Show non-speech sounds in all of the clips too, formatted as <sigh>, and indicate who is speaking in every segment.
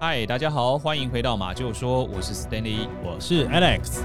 Speaker 1: 嗨，大家好，欢迎回到马厩说，我是 Stanley。
Speaker 2: 我是 Alex。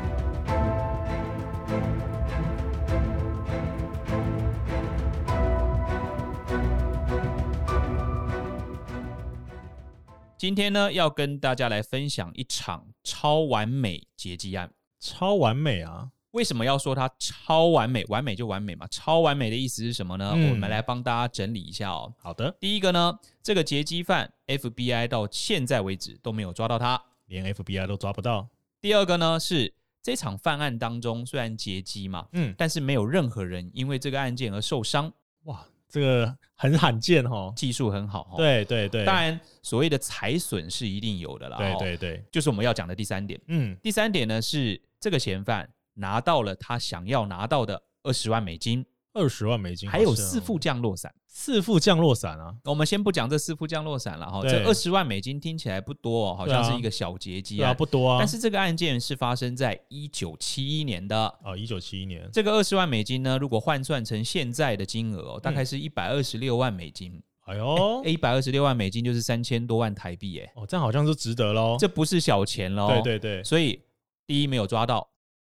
Speaker 1: 今天呢，要跟大家来分享一场超完美劫机案。
Speaker 2: 超完美啊！
Speaker 1: 为什么要说它超完美？完美就完美嘛。超完美的意思是什么呢？
Speaker 2: 嗯
Speaker 1: 我们来帮大家整理一下哦。
Speaker 2: 好的，
Speaker 1: 第一个呢，这个劫机犯 FBI 到现在为止都没有抓到他。
Speaker 2: 连 FBI 都抓不到。
Speaker 1: 第二个呢是这场犯案当中虽然劫机嘛，
Speaker 2: 嗯，
Speaker 1: 但是没有任何人因为这个案件而受伤，
Speaker 2: 哇，这个很罕见哦。
Speaker 1: 技术很好、哦。，
Speaker 2: 对对对，
Speaker 1: 当然所谓的财损是一定有的啦、
Speaker 2: 对
Speaker 1: 哦
Speaker 2: 对对，
Speaker 1: 就是我们要讲的第三点。
Speaker 2: 嗯
Speaker 1: 第三点呢是这个嫌犯拿到了他想要拿到的二十万美金，
Speaker 2: 二十万美金，
Speaker 1: 还有
Speaker 2: 好像
Speaker 1: 四副降落伞。
Speaker 2: 四副降落伞啊，
Speaker 1: 我们先不讲这四副降落伞了哈，
Speaker 2: 对
Speaker 1: 这二十万美金听起来不多哦，好像
Speaker 2: 对啊
Speaker 1: 是一个小劫机
Speaker 2: 对啊，不多啊。
Speaker 1: 但是这个案件是发生在一九七一年的。
Speaker 2: 哦，一九七一年，
Speaker 1: 这个二十万美金呢，如果换算成现在的金额、
Speaker 2: 嗯
Speaker 1: 哦，大概是一百二十六万美金。
Speaker 2: 哎呦，
Speaker 1: 一百二十六万美金就是三千多万台币，哎，
Speaker 2: 哦，这样好像是值得喽。
Speaker 1: 这不哦是小钱喽。
Speaker 2: 哦对对对，
Speaker 1: 所以第一没有抓到，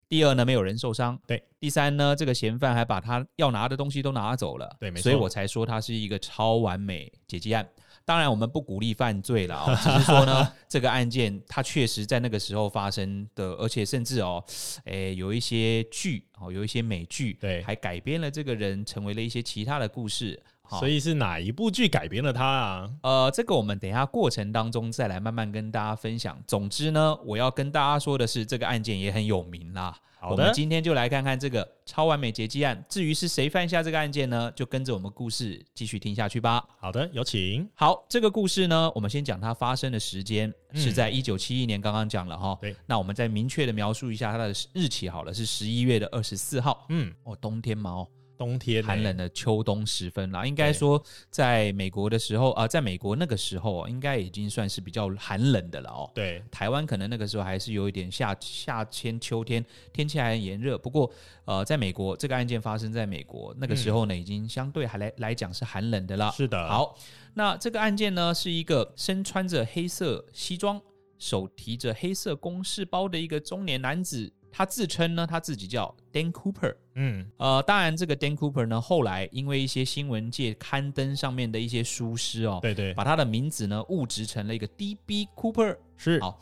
Speaker 1: 第二呢没有人受伤，
Speaker 2: 对，
Speaker 1: 第三呢这个嫌犯还把他要拿的东西都拿走了，
Speaker 2: 对没错
Speaker 1: 所以我才说他是一个超完美解决案。当然，我们不鼓励犯罪了、哦，只 <laughs> 是说
Speaker 2: <laughs>
Speaker 1: 呢，这个案件它确实在那个时候发生的，而且甚至哦，诶，有一些剧哦，有一些美剧，
Speaker 2: 对
Speaker 1: 还改编了这个人，成为了一些其他的故事。哦好
Speaker 2: 所以是哪一部剧改编了它啊？
Speaker 1: 呃，这个我们等一下过程当中再来慢慢跟大家分享。总之呢，我要跟大家说的是，这个案件也很有名啦。
Speaker 2: 好
Speaker 1: 我
Speaker 2: 的
Speaker 1: 们今天就来看看这个超完美劫机案。至于是谁犯下这个案件呢，就跟着我们故事继续听下去吧。
Speaker 2: 好的，有请。
Speaker 1: 好，这个故事呢，我们先讲它发生的时间
Speaker 2: 嗯
Speaker 1: 是在一九七一年，刚刚讲了哈。
Speaker 2: 对。
Speaker 1: 那我们再明确的描述一下它的日期好了，是十一月的二十四号。
Speaker 2: 嗯，
Speaker 1: 哦，冬天嘛，哦，
Speaker 2: 冬天呢欸
Speaker 1: 寒冷的秋冬时分啦。应该
Speaker 2: 对
Speaker 1: 说，在美国的时候啊、呃在美国那个时候，应该已经算是比较寒冷的了哦。
Speaker 2: 对，
Speaker 1: 台湾可能那个时候还是有一点夏夏天、秋天，天气还很炎热。不过，呃，在美国这个案件发生在美国那个时候呢，已经相对还来来讲是寒冷的啦。
Speaker 2: 嗯是啊的。，
Speaker 1: 啊好，那这个案件呢，是一个身穿着黑色西装、手提着黑色公事包的一个中年男子，他自称呢，他自己叫 Dan Cooper。
Speaker 2: 嗯，
Speaker 1: 呃，当然，这个 Dan Cooper 呢，后来因为一些新闻界刊登上面的一些疏失哦，
Speaker 2: 对对，
Speaker 1: 把他的名字呢误植成了一个 D.B. Cooper。
Speaker 2: 是
Speaker 1: 好，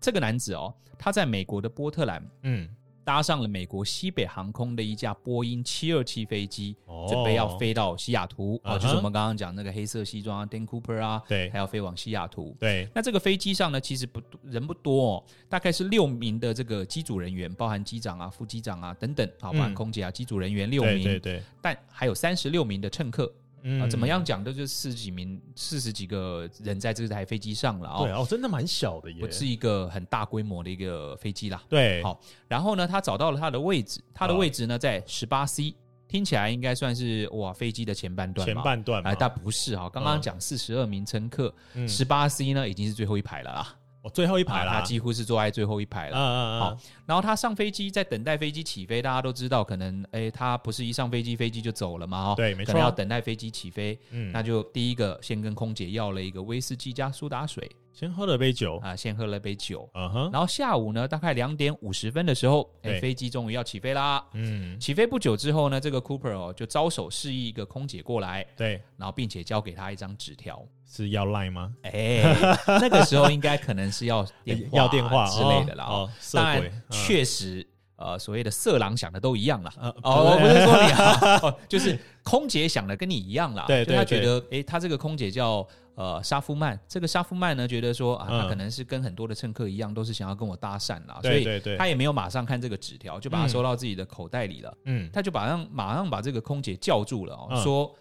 Speaker 1: 这个男子哦，他在美国的波特兰
Speaker 2: 嗯，
Speaker 1: 搭上了美国西北航空的一架波音727飞机，准备要
Speaker 2: 哦，
Speaker 1: 飞到西雅图哦，
Speaker 2: 嗯哼
Speaker 1: 就是我们刚刚讲那个黑色西装啊，Dan Cooper 啊，
Speaker 2: 对
Speaker 1: 还要飞往西雅图。
Speaker 2: 对，
Speaker 1: 那这个飞机上呢，其实不人不多哦，大概是六名的这个机组人员，包含机长啊、副机长啊等等，好，包含
Speaker 2: 嗯
Speaker 1: 空姐啊、机组人员六
Speaker 2: 对
Speaker 1: 名，
Speaker 2: 对对，
Speaker 1: 但还有三十六名的乘客、啊，
Speaker 2: 嗯
Speaker 1: 怎么？样讲都就是四十几名、四十几个人在这台飞机上了
Speaker 2: 对
Speaker 1: 哦，
Speaker 2: 哦，真的蛮小的耶，
Speaker 1: 不是一个很大规模的一个飞机啦。
Speaker 2: 对，
Speaker 1: 好然后呢，他找到了他的位置，他的
Speaker 2: 啊
Speaker 1: 位置呢在十八 C，听起来应该算是哇飞机的前半段
Speaker 2: 前
Speaker 1: 吧。
Speaker 2: 半段嘛
Speaker 1: 哎，，但不是哈、刚刚讲四十二名乘客，
Speaker 2: 嗯
Speaker 1: 十八 C 呢已经是最后一排了啦，
Speaker 2: 哦最后一排
Speaker 1: 啊
Speaker 2: 啦，
Speaker 1: 他几乎是坐在最后一排
Speaker 2: 嗯
Speaker 1: 了。
Speaker 2: 嗯嗯，
Speaker 1: 好然后他上飞机，在等待飞机起飞，大家都知道，可能哎，他不是一上飞机飞机就走了嘛，哦，
Speaker 2: 对没错
Speaker 1: 可能要等待飞机起飞，
Speaker 2: 嗯，
Speaker 1: 那就第一个先跟空姐要了一个威士忌加苏打水
Speaker 2: 先喝了杯酒，
Speaker 1: 啊、先喝了杯酒，
Speaker 2: 嗯哼，
Speaker 1: 然后下午呢，大概两点五十分的时候，哎，
Speaker 2: 对
Speaker 1: 飞机终于要起飞啦。
Speaker 2: 嗯，
Speaker 1: 起飞不久之后呢，这个 Cooper 哦就招手示意一个空姐过来，
Speaker 2: 对，
Speaker 1: 然后并且交给他一张纸条。
Speaker 2: 是要赖吗？ <laughs>
Speaker 1: 哎，那个时候应该可能是要电话、
Speaker 2: 要电话
Speaker 1: 之类的啦。
Speaker 2: 哦，哦色
Speaker 1: 当然
Speaker 2: 鬼，，嗯
Speaker 1: 确实，呃，所谓的色狼想的都一样啦。
Speaker 2: 呃
Speaker 1: 哦，我不
Speaker 2: 对
Speaker 1: 是说你啊，
Speaker 2: <laughs>
Speaker 1: 哦就是空姐想的跟你一样啦。
Speaker 2: 对
Speaker 1: 就她
Speaker 2: 对
Speaker 1: 觉
Speaker 2: 对
Speaker 1: 得，诶，她这个空姐叫呃沙夫曼，这个沙夫曼呢，觉得说啊，她
Speaker 2: 嗯
Speaker 1: 可能是跟很多的乘客一样，都是想要跟我搭讪啦，所
Speaker 2: 对
Speaker 1: 以
Speaker 2: 对对，
Speaker 1: 她也没有马上看这个纸条，就把它
Speaker 2: 嗯
Speaker 1: 收到自己的口袋里了。
Speaker 2: 嗯，
Speaker 1: 她就马上马上把这个空姐叫住了，哦，
Speaker 2: 嗯
Speaker 1: 说：“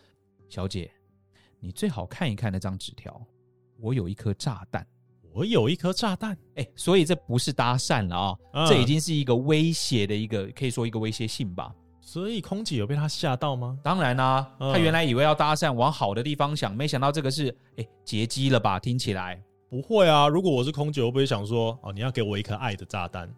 Speaker 1: 小姐，你最好看一看那张纸条，我有一颗炸弹。”
Speaker 2: 我有一颗炸弹，
Speaker 1: 哎、所以这不是搭讪了啊、
Speaker 2: 嗯
Speaker 1: 这已经是一个威胁的一个，可以说一个威胁性吧。
Speaker 2: 所以空姐有被他吓到吗？
Speaker 1: 当然啦、啊
Speaker 2: 嗯 <laughs>
Speaker 1: 他原来以为要搭讪，往好的地方想，没想到这个是哎劫机了吧？听起来
Speaker 2: 不会啊，如果我是空姐，我不会想说哦，你要给我一颗爱的炸弹。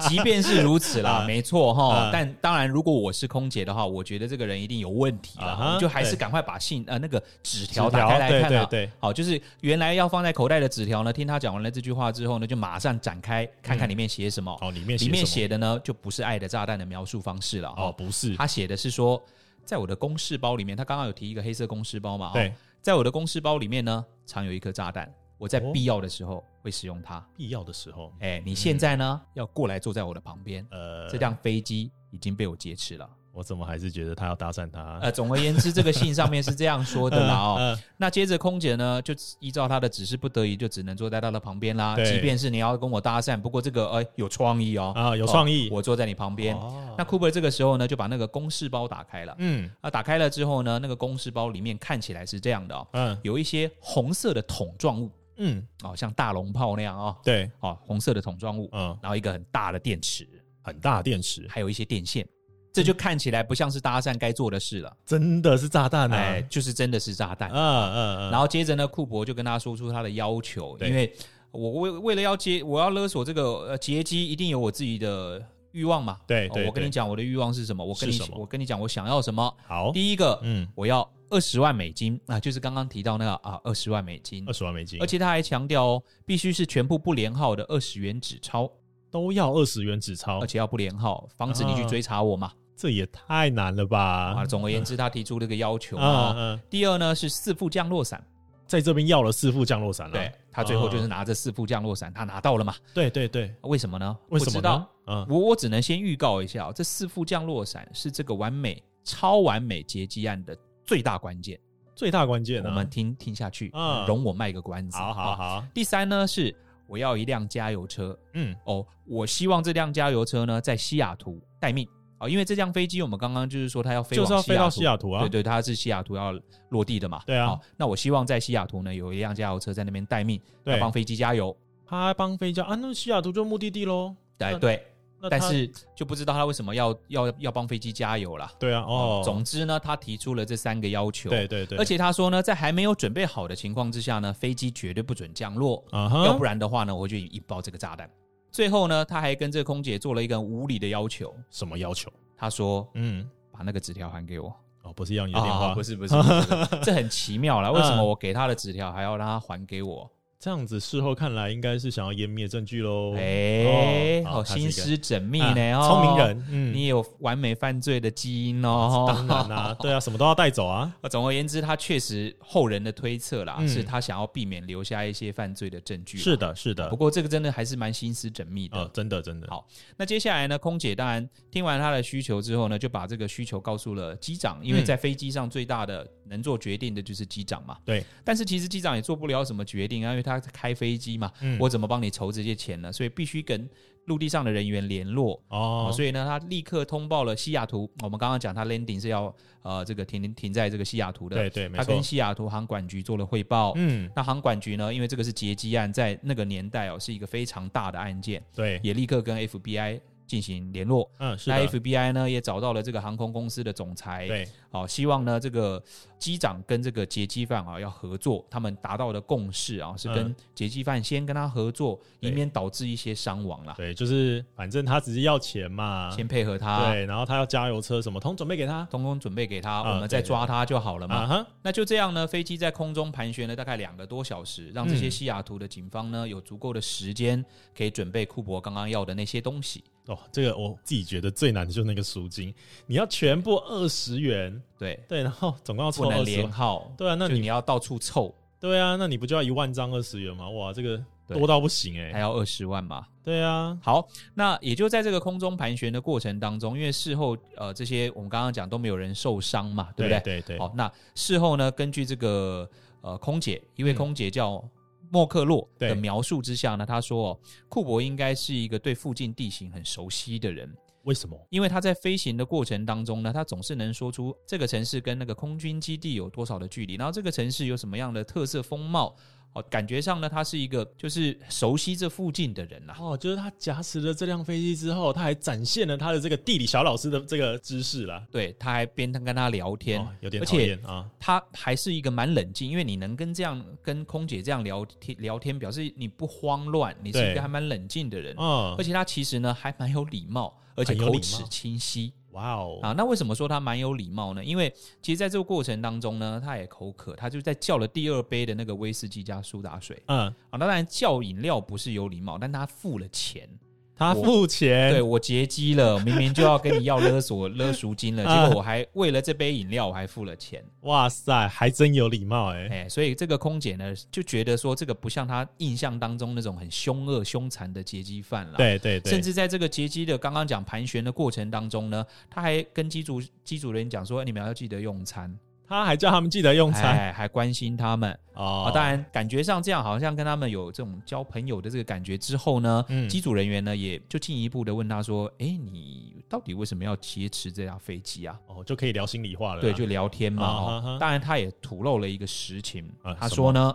Speaker 1: 即便是如此啦，
Speaker 2: 啊
Speaker 1: 没错哈。
Speaker 2: 啊
Speaker 1: 但当然，如果我是空姐的话，我觉得这个人一定有问题啦，
Speaker 2: 啊哈
Speaker 1: 我们就还是
Speaker 2: 对
Speaker 1: 赶快把信呃那个纸条
Speaker 2: 条
Speaker 1: 打开来看啊
Speaker 2: 对
Speaker 1: 啦。
Speaker 2: 对对，
Speaker 1: 好，就是原来要放在口袋的纸条呢，听他讲完了这句话之后呢，就马上展开看看里面写什么。
Speaker 2: 哦，里面
Speaker 1: 里面
Speaker 2: 什么
Speaker 1: 写的呢，就不是《爱的炸弹》的描述方式了
Speaker 2: 哦，
Speaker 1: 哦，
Speaker 2: 不是，
Speaker 1: 他写的是说，在我的公事包里面，他刚刚有提一个黑色公事包嘛，哦，
Speaker 2: 对，
Speaker 1: 在我的公事包里面呢，藏有一颗炸弹，我在
Speaker 2: 哦
Speaker 1: 必要的时候会使用它。
Speaker 2: 必要的时候，
Speaker 1: 哎、你现在呢、要过来坐在我的旁边，
Speaker 2: 呃
Speaker 1: 这，辆飞机已经被我劫持了。
Speaker 2: 我怎么还是觉得他要搭讪他？
Speaker 1: 呃，总而言之，这个信上面是这样说
Speaker 2: <laughs>
Speaker 1: 的啦哦。
Speaker 2: 呃，呃
Speaker 1: 那接着空姐呢，就依照她的指示，不得已就只能坐在她的旁边啦。
Speaker 2: 对
Speaker 1: 即便是你要跟我搭讪，不过这个呃有创意哦，
Speaker 2: 啊，有创意
Speaker 1: 哦，我坐在你旁边。
Speaker 2: 哦
Speaker 1: 那 Cooper 这个时候呢，就把那个公事包打开了。
Speaker 2: 嗯
Speaker 1: 啊，打开了之后呢，那个公事包里面看起来是这样的哦，
Speaker 2: 嗯
Speaker 1: 有一些红色的桶状物
Speaker 2: 嗯，
Speaker 1: 哦，像大龙炮那样哦，
Speaker 2: 对，
Speaker 1: 哦，红色的桶状物，
Speaker 2: 嗯，
Speaker 1: 然后一个很大的电池，
Speaker 2: 很大电池，
Speaker 1: 还有一些电线，这就看起来不像是搭讪该做的事了，
Speaker 2: 真的是炸弹
Speaker 1: 哎，
Speaker 2: 啊！
Speaker 1: 就是真的是炸弹
Speaker 2: 嗯。嗯嗯，
Speaker 1: 然后接着呢，库珀就跟他说出他的要求，
Speaker 2: 对
Speaker 1: 因为我为为了要接，我要勒索这个呃劫机，一定有我自己的欲望嘛。
Speaker 2: 对
Speaker 1: 哦
Speaker 2: 对
Speaker 1: 我跟你
Speaker 2: 对
Speaker 1: 讲我的欲望是什么，我跟
Speaker 2: 是
Speaker 1: 你
Speaker 2: 什么
Speaker 1: 我跟你讲我想要什么。
Speaker 2: 好，
Speaker 1: 第一个，
Speaker 2: 嗯，
Speaker 1: 我要二十万美金啊，就是刚刚提到那个啊，二十万美金
Speaker 2: 二。十万美金，
Speaker 1: 而且他还强调哦，必须是全部不连号的二十元纸钞，
Speaker 2: 都要二十元纸钞
Speaker 1: 而，且要不连号，防止你去
Speaker 2: 啊
Speaker 1: 追查我嘛。
Speaker 2: 这也太难了吧
Speaker 1: 啊，？总而言之，他提出这个要求
Speaker 2: 嗯
Speaker 1: 啊。
Speaker 2: 嗯，
Speaker 1: 第二呢是四副降落伞，
Speaker 2: 在这边要了四副降落伞了，
Speaker 1: 对他最后就是拿着四副降落伞，他拿到了嘛？
Speaker 2: 对对对，
Speaker 1: 为什么呢？
Speaker 2: 为什
Speaker 1: 不
Speaker 2: 么
Speaker 1: 知道
Speaker 2: 呢？嗯，
Speaker 1: 我我只能先预告一下、哦，这四副降落伞是这个完美超完美劫机案的最大关键。
Speaker 2: 最大关键
Speaker 1: 我
Speaker 2: 啊
Speaker 1: 们听听下去，
Speaker 2: 嗯
Speaker 1: 容我卖个关子。
Speaker 2: 好好
Speaker 1: 哦。
Speaker 2: 好，
Speaker 1: 第三呢是我要一辆加油车
Speaker 2: 嗯，
Speaker 1: 哦，我希望这辆加油车呢在西雅图待命啊、哦，因为这辆飞机我们刚刚就是说它要飞往
Speaker 2: 就是要飞到
Speaker 1: 西
Speaker 2: 西
Speaker 1: 雅
Speaker 2: 雅图
Speaker 1: 图
Speaker 2: 啊，
Speaker 1: 对对，它是西雅图要落地的嘛。
Speaker 2: 对啊
Speaker 1: 好那我希望在西雅图呢有一辆加油车在那边待命，要
Speaker 2: 对
Speaker 1: 帮飞机加油。
Speaker 2: 他帮飞机啊，那西雅图就目的地喽。
Speaker 1: 哎，
Speaker 2: 那
Speaker 1: 对，
Speaker 2: 那他
Speaker 1: 但是就不知道他为什么要要要帮飞机加油啦。
Speaker 2: 对啊，哦，
Speaker 1: 总之呢，他提出了这三个要求。
Speaker 2: 对对对，
Speaker 1: 而且他说呢，在还没有准备好的情况之下呢，飞机绝对不准降落，
Speaker 2: 啊哈，
Speaker 1: 要不然的话呢，我就引爆这个炸弹。最后呢，他还跟这个空姐做了一个很无理的要求，
Speaker 2: 什么要求？
Speaker 1: 他说
Speaker 2: 嗯，：“
Speaker 1: 把那个纸条还给我。
Speaker 2: 哦，不是要你的电话，
Speaker 1: 啊不是不是，不是不
Speaker 2: <laughs>
Speaker 1: 是这很奇妙啦，为什么
Speaker 2: 嗯
Speaker 1: 我给他的纸条还要让他还给我？
Speaker 2: 这样子，事后看来应该是想要湮灭证据喽。
Speaker 1: 哎，
Speaker 2: 哦
Speaker 1: 好
Speaker 2: 啊他是一
Speaker 1: 心思
Speaker 2: 个
Speaker 1: 缜密
Speaker 2: 啊
Speaker 1: 呢，哦
Speaker 2: 聪明人，嗯，
Speaker 1: 你也有完美犯罪的基因哦。
Speaker 2: 当然啦、对啊，什么都要带
Speaker 1: <laughs>
Speaker 2: 走啊。
Speaker 1: 总而言之，他确实后人的推测啦，
Speaker 2: 嗯
Speaker 1: 是他想要避免留下一些犯罪的证据。
Speaker 2: 是，的，是的
Speaker 1: 不，过这个真的还是蛮心思缜密的。
Speaker 2: 呃，真的，真的，
Speaker 1: 好那接下来呢，空姐当然听完他的需求之后呢，就把这个需求告诉了机长，因为
Speaker 2: 嗯
Speaker 1: 在飞机上最大的能做决定的就是机长嘛。
Speaker 2: 对，
Speaker 1: 但是其实机长也做不了什么决定啊，因为他开飞机嘛，
Speaker 2: 嗯
Speaker 1: 我怎么帮你筹这些钱呢？所以必须跟陆地上的人员联络。哦，
Speaker 2: 哦，
Speaker 1: 所以呢，他立刻通报了西雅图。我们刚刚讲他 landing 是要呃这个停停在这个西雅图的，
Speaker 2: 对对，没
Speaker 1: 他跟
Speaker 2: 错，
Speaker 1: 西雅图航管局做了汇报。
Speaker 2: 嗯，
Speaker 1: 那航管局呢，因为这个是劫机案，在那个年代哦是一个非常大的案件，
Speaker 2: 对，
Speaker 1: 也立刻跟 FBI 进行联络。
Speaker 2: 嗯，是
Speaker 1: 那
Speaker 2: 的，
Speaker 1: FBI 呢也哎找到了这个航空公司的总裁，
Speaker 2: 对，
Speaker 1: 好、希望呢这个机长跟这个劫机犯啊要合作，他们达到的共识啊是跟
Speaker 2: 嗯
Speaker 1: 劫机犯先跟他合作，以
Speaker 2: 对
Speaker 1: 免导致一些伤亡啦，
Speaker 2: 对，就是反正他只是要钱嘛，
Speaker 1: 先配合他，
Speaker 2: 对，然后他要加油车什么，通准备给他
Speaker 1: 通通准备给他，
Speaker 2: 啊
Speaker 1: 我们再抓他就好了嘛。
Speaker 2: 啊哈，
Speaker 1: 那就这样呢，飞机在空中盘旋了大概两个多小时，让这
Speaker 2: 嗯
Speaker 1: 些西雅图的警方呢、有足够的时间可以准备库珀刚刚要的那些东西。
Speaker 2: 哦，这个我自己觉得最难的就是那个赎金，你要全部二十元，
Speaker 1: 对，
Speaker 2: 对，然后总共要
Speaker 1: 不
Speaker 2: 凑
Speaker 1: 能
Speaker 2: 二十
Speaker 1: 连
Speaker 2: 万，
Speaker 1: 号，
Speaker 2: 对啊，那
Speaker 1: 就
Speaker 2: 你
Speaker 1: 你要到处凑，
Speaker 2: 对啊，那你不就要一万张二十元吗？哇，这个
Speaker 1: 对
Speaker 2: 多到不行哎、
Speaker 1: 还要二十万嘛。
Speaker 2: 对啊，
Speaker 1: 好，那也就在这个空中盘旋的过程当中，因为事后呃这些我们刚刚讲都没有人受伤嘛，对不对？
Speaker 2: 对对
Speaker 1: 好，那事后呢，根据这个呃空姐，一位空姐叫莫克洛的
Speaker 2: 对
Speaker 1: 描述之下呢，她说、哦，库珀应该是一个对附近地形很熟悉的人，
Speaker 2: 为什么？
Speaker 1: 因为他在飞行的过程当中呢，他总是能说出这个城市跟那个空军基地有多少的距离，然后这个城市有什么样的特色风貌。哦，感觉上呢，他是一个就是熟悉这附近的人啦、
Speaker 2: 哦，就是他挟持了这辆飞机之后，他还展现了他的这个地理小老师的这个知识啦。
Speaker 1: 对，他还边跟他聊天，
Speaker 2: 哦、有点
Speaker 1: 而
Speaker 2: 讨
Speaker 1: 且
Speaker 2: 厌啊，
Speaker 1: 他还是一个蛮冷静，因为你能跟这样跟空姐这样聊天聊天，表示你不慌乱，你是一
Speaker 2: 对
Speaker 1: 个还蛮冷静的人，
Speaker 2: 嗯
Speaker 1: 而，且他其实呢还蛮有礼貌，而且
Speaker 2: 很有礼
Speaker 1: 口
Speaker 2: 貌
Speaker 1: 齿清晰
Speaker 2: 哇哦，
Speaker 1: 啊。那为什么说他蛮有礼貌呢？因为其实在这个过程当中呢，他也口渴，他就在叫了第二杯的那个威士忌加苏打水
Speaker 2: 嗯，
Speaker 1: 啊。那当然叫饮料不是有礼貌，但他付了钱，
Speaker 2: 他
Speaker 1: 我
Speaker 2: 付钱，
Speaker 1: 对我劫机了，明明就要跟你要勒索
Speaker 2: <laughs>
Speaker 1: 勒赎金了，
Speaker 2: 啊
Speaker 1: 结果我还为了这杯饮料我还付了钱。
Speaker 2: 哇塞，还真有礼貌哎、
Speaker 1: 哎、所以这个空姐呢，就觉得说这个不像她印象当中那种很凶恶、凶残的劫机犯啦。，
Speaker 2: 对对对，
Speaker 1: 甚至在这个劫机的刚刚讲盘旋的过程当中呢，她还跟机组机组人员讲说，哎你们要记得用餐，
Speaker 2: 他还叫他们记得用餐、
Speaker 1: 哎，还关心他们。啊、
Speaker 2: 哦。
Speaker 1: 当然感觉上这样好像跟他们有这种交朋友的这个感觉之后呢，
Speaker 2: 嗯
Speaker 1: 机组人员呢也就进一步的问他说，哎、你到底为什么要劫持这架飞机啊？
Speaker 2: 哦，就可以聊心里话了啦。
Speaker 1: 对，就聊天嘛。
Speaker 2: 啊哈
Speaker 1: 哦
Speaker 2: 哈，
Speaker 1: 当然，他也吐露了一个实情
Speaker 2: 啊。
Speaker 1: 他
Speaker 2: 什
Speaker 1: 说呢，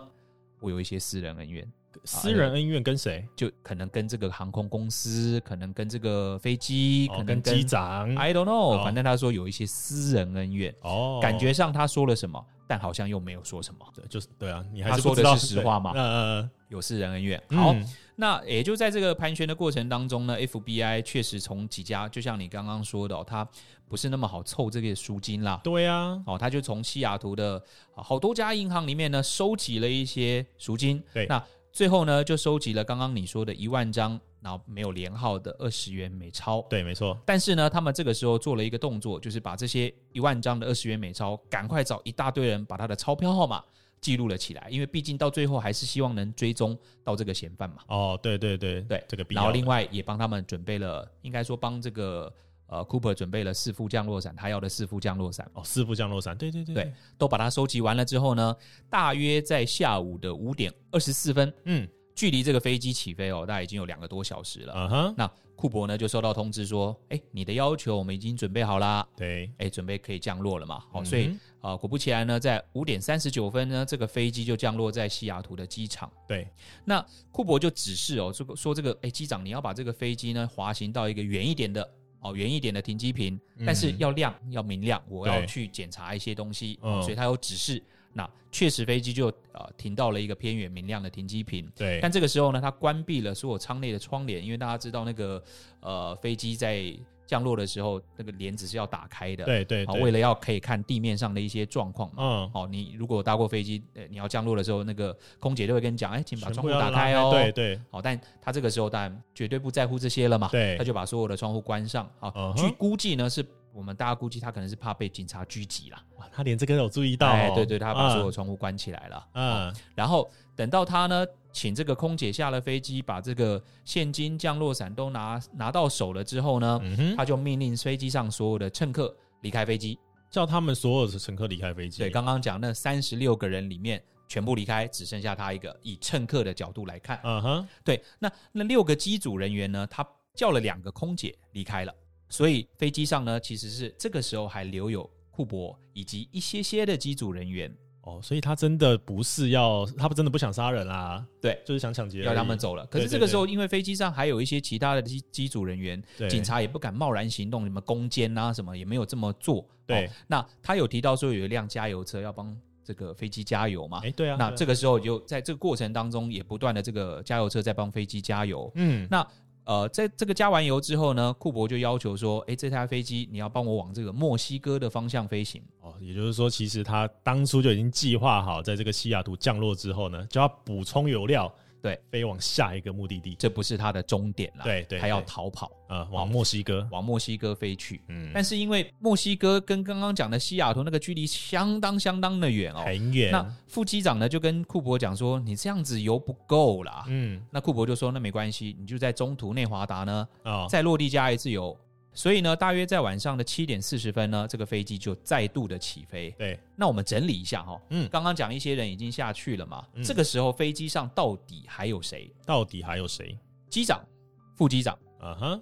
Speaker 1: 我有一些私人恩怨，
Speaker 2: 私人恩怨跟谁？
Speaker 1: 就可能跟这个航空公司，可能跟这个飞机，可
Speaker 2: 哦，
Speaker 1: 能
Speaker 2: 跟机长。
Speaker 1: I don't know，
Speaker 2: 哦
Speaker 1: 反正他说有一些私人恩怨。
Speaker 2: 哦，
Speaker 1: 感觉上他说了什么，但好像又没有说什么，
Speaker 2: 对就是对啊，你还
Speaker 1: 他
Speaker 2: 是
Speaker 1: 说
Speaker 2: 不知
Speaker 1: 的
Speaker 2: 道
Speaker 1: 是实话嘛
Speaker 2: 对呃，
Speaker 1: 有私人恩怨。
Speaker 2: 嗯
Speaker 1: 好，那也就在这个盘旋的过程当中呢，FBI 确实从几家，就像你刚刚说的、哦，他不是那么好凑这个赎金啦。
Speaker 2: 对啊，
Speaker 1: 哦，他就从西雅图的啊好多家银行里面呢，收集了一些赎金。
Speaker 2: 对
Speaker 1: 那最后呢，就收集了刚刚你说的一万张，然后没有连号的二十元美钞。
Speaker 2: 对，没错，
Speaker 1: 但是呢，他们这个时候做了一个动作，就是把这些一万张的二十元美钞，赶快找一大堆人把他的钞票号码记录了起来，因为毕竟到最后还是希望能追踪到这个嫌犯嘛。
Speaker 2: 哦，对对对
Speaker 1: 对
Speaker 2: 这个必要
Speaker 1: 然
Speaker 2: 的。
Speaker 1: 后另外也帮他们准备了，应该说帮这个呃 Cooper 准备了四副降落伞，他要的四副降落伞。
Speaker 2: 哦，四副降落伞，对对对
Speaker 1: 对，都把它收集完了之后呢，大约在下午的五点二十四分，
Speaker 2: 嗯
Speaker 1: 距离这个飞机起飞哦，大概已经有两个多小时了。
Speaker 2: 啊哈，
Speaker 1: 那库珀呢就收到通知说，哎，你的要求我们已经准备好啦，
Speaker 2: 对，
Speaker 1: 哎，准备可以降落了嘛。好、
Speaker 2: 嗯
Speaker 1: 所以啊、呃果不其然呢，在五点三十九分呢，这个飞机就降落在西雅图的机场。
Speaker 2: 对，
Speaker 1: 那库珀就指示哦，这个说这个，哎，机长你要把这个飞机呢滑行到一个远一点的。哦，远一点的停机坪，但是
Speaker 2: 嗯
Speaker 1: 要亮，要明亮。我要
Speaker 2: 对
Speaker 1: 去检查一些东西，哦
Speaker 2: 嗯
Speaker 1: 所以他有指示。那确实，飞机就呃停到了一个偏远明亮的停机坪。
Speaker 2: 对，
Speaker 1: 但这个时候呢，他关闭了所有舱内的窗帘，因为大家知道那个呃飞机在降落的时候，那个帘子是要打开的。
Speaker 2: 对对
Speaker 1: 好、
Speaker 2: 对，
Speaker 1: 哦为了要可以看地面上的一些状况嘛。
Speaker 2: 嗯，
Speaker 1: 好、你如果搭过飞机，呃，你要降落的时候，那个空姐都会跟你讲，哎，请把
Speaker 2: 全
Speaker 1: 窗户
Speaker 2: 部要
Speaker 1: 打
Speaker 2: 拉
Speaker 1: 开哦。<laughs>
Speaker 2: 对对，
Speaker 1: 好，但他这个时候当然绝对不在乎这些了嘛，
Speaker 2: 对
Speaker 1: 他就把所有的窗户关上。好，
Speaker 2: 嗯哼
Speaker 1: 据估计呢，是我们大家估计他可能是怕被警察拘缉啦。
Speaker 2: 哇，他连这个都有注意到
Speaker 1: 哎
Speaker 2: 哦，
Speaker 1: 对对，他把所有
Speaker 2: 嗯
Speaker 1: 窗户关起来了。
Speaker 2: 嗯，
Speaker 1: 然后等到他呢，请这个空姐下了飞机，把这个现金、降落伞都拿拿到手了之后呢，
Speaker 2: 嗯哼，
Speaker 1: 他就命令飞机上所有的乘客离开飞机。
Speaker 2: 叫他们所有的乘客离开飞机。
Speaker 1: 对，刚刚讲那三十六个人里面。全部离开，只剩下他一个。以乘客的角度来看，
Speaker 2: 嗯哼，
Speaker 1: 对，那那六个机组人员呢，他叫了两个空姐离开了，所以飞机上呢，其实是这个时候还留有库珀以及一些些的机组人员，
Speaker 2: 哦，所以他真的不是要，他真的不想杀人啦，
Speaker 1: 对，
Speaker 2: 就是想抢劫，
Speaker 1: 要他们。走了。可是
Speaker 2: 对对
Speaker 1: 这个时候，因为飞机上还有一些其他的机机组人员，
Speaker 2: 对，
Speaker 1: 警察也不敢贸然行动，什么攻坚啊什么也没有这么做。
Speaker 2: 对
Speaker 1: 哦那他有提到说有一辆加油车要帮这个飞机加油嘛？
Speaker 2: 哎，对啊，
Speaker 1: 那
Speaker 2: 对啊
Speaker 1: 这个时候就在这个过程当中，也不断的这个加油车在帮飞机加油。
Speaker 2: 嗯，
Speaker 1: 那呃，在这个加完油之后呢，库珀就要求说，诶，这台飞机你要帮我往这个墨西哥的方向飞行。
Speaker 2: 哦，也就是说，其实他当初就已经计划好，在这个西雅图降落之后呢，就要补充油料，
Speaker 1: 对，
Speaker 2: 飞往下一个目的地，
Speaker 1: 这不是他的终点啦，
Speaker 2: 对对
Speaker 1: 他要
Speaker 2: 对
Speaker 1: 逃跑
Speaker 2: 呃，往墨西哥。
Speaker 1: 往墨西哥飞去。
Speaker 2: 嗯，
Speaker 1: 但是因为墨西哥跟刚刚讲的西雅图那个距离相当相当的远哦，
Speaker 2: 很远。
Speaker 1: 那副机长呢就跟库珀讲说，你这样子油不够啦。
Speaker 2: 嗯，
Speaker 1: 那库珀就说：“那没关系，你就在中途内华达呢，
Speaker 2: 哦，
Speaker 1: 再落地加一次油。”所以呢，大约在晚上的七点四十分呢，这个飞机就再度的起飞。
Speaker 2: 对，
Speaker 1: 那我们整理一下哈、
Speaker 2: 嗯
Speaker 1: 嗯，刚刚讲一些人已经下去了嘛，
Speaker 2: 嗯
Speaker 1: 这个时候飞机上到底还有谁？
Speaker 2: 到底还有谁？
Speaker 1: 机长、副机长、
Speaker 2: 啊哈，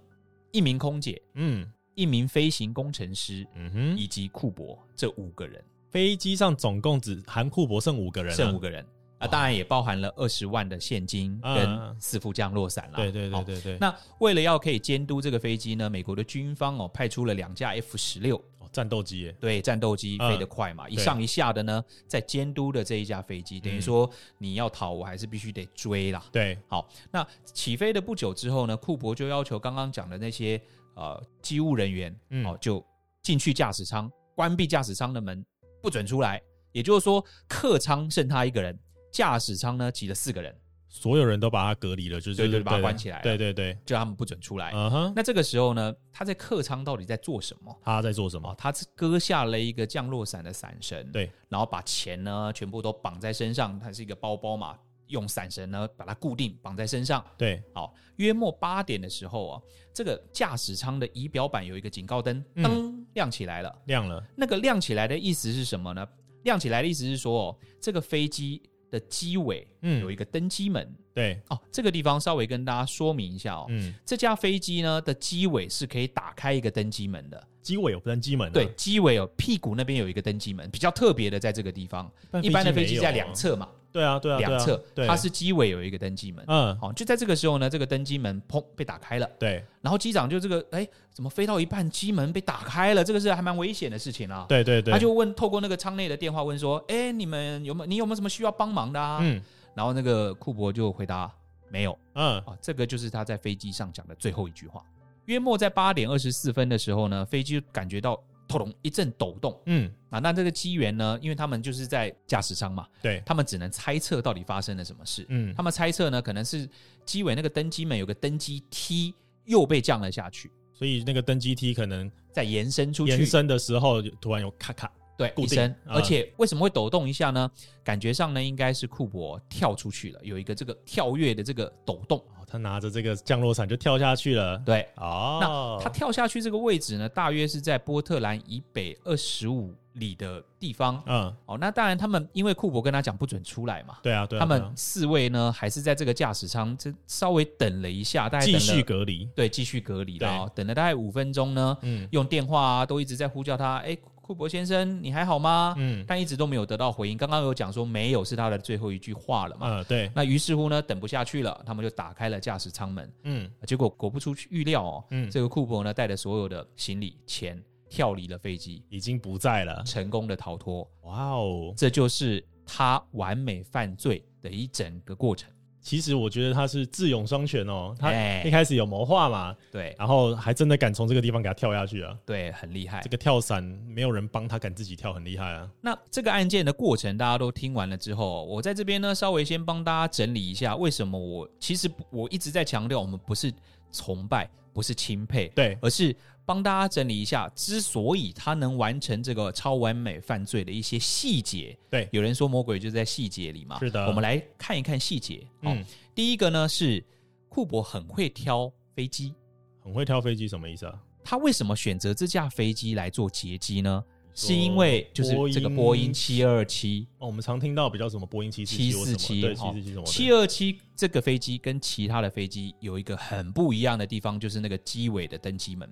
Speaker 1: 一名空姐、
Speaker 2: 嗯
Speaker 1: 一名飞行工程师
Speaker 2: 嗯哼，
Speaker 1: 以及库珀这五个人，
Speaker 2: 飞机上总共只含库珀剩五个人、啊，
Speaker 1: 剩五个人。啊，当然也包含了二十万的现金
Speaker 2: 嗯
Speaker 1: 跟四副降落伞啦。
Speaker 2: 对对
Speaker 1: 啊好
Speaker 2: 对对对，
Speaker 1: 那为了要可以监督这个飞机呢，美国的军方哦派出了两架 F 十六，
Speaker 2: 哦战斗机耶，
Speaker 1: 对，战斗机
Speaker 2: 嗯
Speaker 1: 飞得快嘛，一
Speaker 2: 对嗯
Speaker 1: 上一下的呢，在监督的这一架飞机，等于说你要逃，我还是必须得追啦。
Speaker 2: 对，
Speaker 1: 好，那起飞的不久之后呢，库珀就要求刚刚讲的那些呃机务人员，
Speaker 2: 嗯
Speaker 1: 哦，就进去驾驶舱，关闭驾驶舱的门，不准出来。也就是说，客舱剩他一个人，驾驶舱呢挤了四个人，
Speaker 2: 所有人都把它隔离了，就是
Speaker 1: 对对把它关起来了哎
Speaker 2: 对对对，
Speaker 1: 就他们不准出来。
Speaker 2: 嗯哼，
Speaker 1: 那这个时候呢，他在客舱到底在做什么？
Speaker 2: 他在做什
Speaker 1: 哦
Speaker 2: 么？，
Speaker 1: 他是割下了一个降落伞的伞绳，
Speaker 2: 对，
Speaker 1: 然后把钱呢全部都绑在身上，它是一个包包嘛，用伞绳呢把它固定绑在身上。
Speaker 2: 对，
Speaker 1: 好，约莫八点的时候啊，这个驾驶舱的仪表板有一个警告灯，
Speaker 2: 嗯
Speaker 1: 灯亮起来了。
Speaker 2: 亮了，
Speaker 1: 那个亮起来的意思是什么呢？亮起来的意思是说，哦，这个飞机的机尾有
Speaker 2: 嗯，
Speaker 1: 一个登机门、
Speaker 2: 对，
Speaker 1: 哦。这个地方稍微跟大家说明一下哦，
Speaker 2: 嗯，
Speaker 1: 这架飞机呢的机尾是可以打开一个登机门的。
Speaker 2: 机尾有登机门啊，
Speaker 1: 对，机尾有屁股那边有一个登机门，比较特别的在这个地方。一般的飞机
Speaker 2: 没有
Speaker 1: 在
Speaker 2: 啊
Speaker 1: 两，侧嘛，
Speaker 2: 对啊，对啊，对啊
Speaker 1: 两侧，
Speaker 2: 对，
Speaker 1: 它是机尾有一个登机门。
Speaker 2: 嗯，
Speaker 1: 好，就在这个时候呢，这个登机门砰被打开了，
Speaker 2: 对，
Speaker 1: 然后机长就这个，哎，怎么飞到一半机门被打开了？这个是还蛮危险的事情啊。
Speaker 2: 对对对，
Speaker 1: 他就问，透过那个舱内的电话问说，哎，你们有没有你有没有什么需要帮忙的啊？
Speaker 2: 嗯
Speaker 1: 然后那个库珀就回答没有
Speaker 2: 嗯，
Speaker 1: 啊，这个就是他在飞机上讲的最后一句话。约莫在八点二十四分的时候呢，飞机就感觉到突隆一阵抖动，
Speaker 2: 嗯，
Speaker 1: 啊，那这个机缘呢，因为他们就是在驾驶舱嘛，
Speaker 2: 对，
Speaker 1: 他们只能猜测到底发生了什么事。
Speaker 2: 嗯
Speaker 1: 他们猜测呢，可能是机尾那个登机门有个登机梯又被降了下去，
Speaker 2: 所以那个登机梯可能
Speaker 1: 再延伸出
Speaker 2: 延
Speaker 1: 去，
Speaker 2: 伸的时候就突然有咔咔，
Speaker 1: 对，
Speaker 2: 固
Speaker 1: 一
Speaker 2: 定
Speaker 1: 伸。
Speaker 2: 啊
Speaker 1: 而且为什么会抖动一下呢？感觉上呢，应该是库珀跳出去了，有一个这个跳跃的这个抖动。
Speaker 2: 哦，他拿着这个降落伞就跳下去了，
Speaker 1: 对，
Speaker 2: 哦，
Speaker 1: 他跳下去这个位置呢，大约是在波特兰以北二十五里的地方。
Speaker 2: 嗯，
Speaker 1: 哦，那当然，他们因为库珀跟他讲不准出来嘛，
Speaker 2: 对啊，对啊，
Speaker 1: 他
Speaker 2: 对
Speaker 1: 们
Speaker 2: 啊
Speaker 1: 四位呢，还是在这个驾驶舱，这稍微等了一下，大概等
Speaker 2: 继
Speaker 1: 了
Speaker 2: 续隔离，
Speaker 1: 对继续隔离了、哦，等了大概五分钟呢，用电话啊都一直在呼叫他，哎，库珀先生，你还好吗？
Speaker 2: 嗯
Speaker 1: 但一直都没有得到回应。刚刚有讲说没有是他的最后一句话了嘛？
Speaker 2: 嗯，对，
Speaker 1: 那于是乎呢，等不下去了，他们就打开了驾驶舱门，啊
Speaker 2: 嗯
Speaker 1: 结果果不出预料哦，
Speaker 2: 嗯，
Speaker 1: 这个库珀呢带着所有的行李钱跳离了飞机，
Speaker 2: 已经不在了，
Speaker 1: 成功的逃脱。
Speaker 2: 哇哦，
Speaker 1: 这就是他完美犯罪的一整个过程。
Speaker 2: 其实我觉得他是智勇双全哦，他
Speaker 1: 哎
Speaker 2: 一开始有谋划嘛，
Speaker 1: 对
Speaker 2: 然后还真的敢从这个地方给他跳下去啊！
Speaker 1: 对，很厉害
Speaker 2: 这。个跳伞没有人帮他，敢自己跳，很厉害啊！
Speaker 1: 那这个案件的过程大家都听完了之后，我在这边呢稍微先帮大家整理一下，为什么我其实不我一直在强调，我们不是崇拜，不是钦佩，
Speaker 2: 对，
Speaker 1: 而是帮大家整理一下，之所以他能完成这个超完美犯罪的一些细节。
Speaker 2: 对
Speaker 1: 有人说魔鬼就在细节里嘛，
Speaker 2: 是的
Speaker 1: 我们来看一看细节。好，
Speaker 2: 嗯，
Speaker 1: 第一个呢是库珀很会挑飞机，
Speaker 2: 很会跳飞机，什么意思啊？
Speaker 1: 他为什么选择这架飞机来做劫机呢？
Speaker 2: 说
Speaker 1: 是因为就是这个波
Speaker 2: 波音
Speaker 1: 音七二七
Speaker 2: 哦，我们常听到比较什么波音七四七或什么，
Speaker 1: 747
Speaker 2: 对，
Speaker 1: 哦
Speaker 2: 七四七什么的，
Speaker 1: 七二七这个飞机跟其他的飞机有一个很不一样的地方，就是那个机尾的登机门。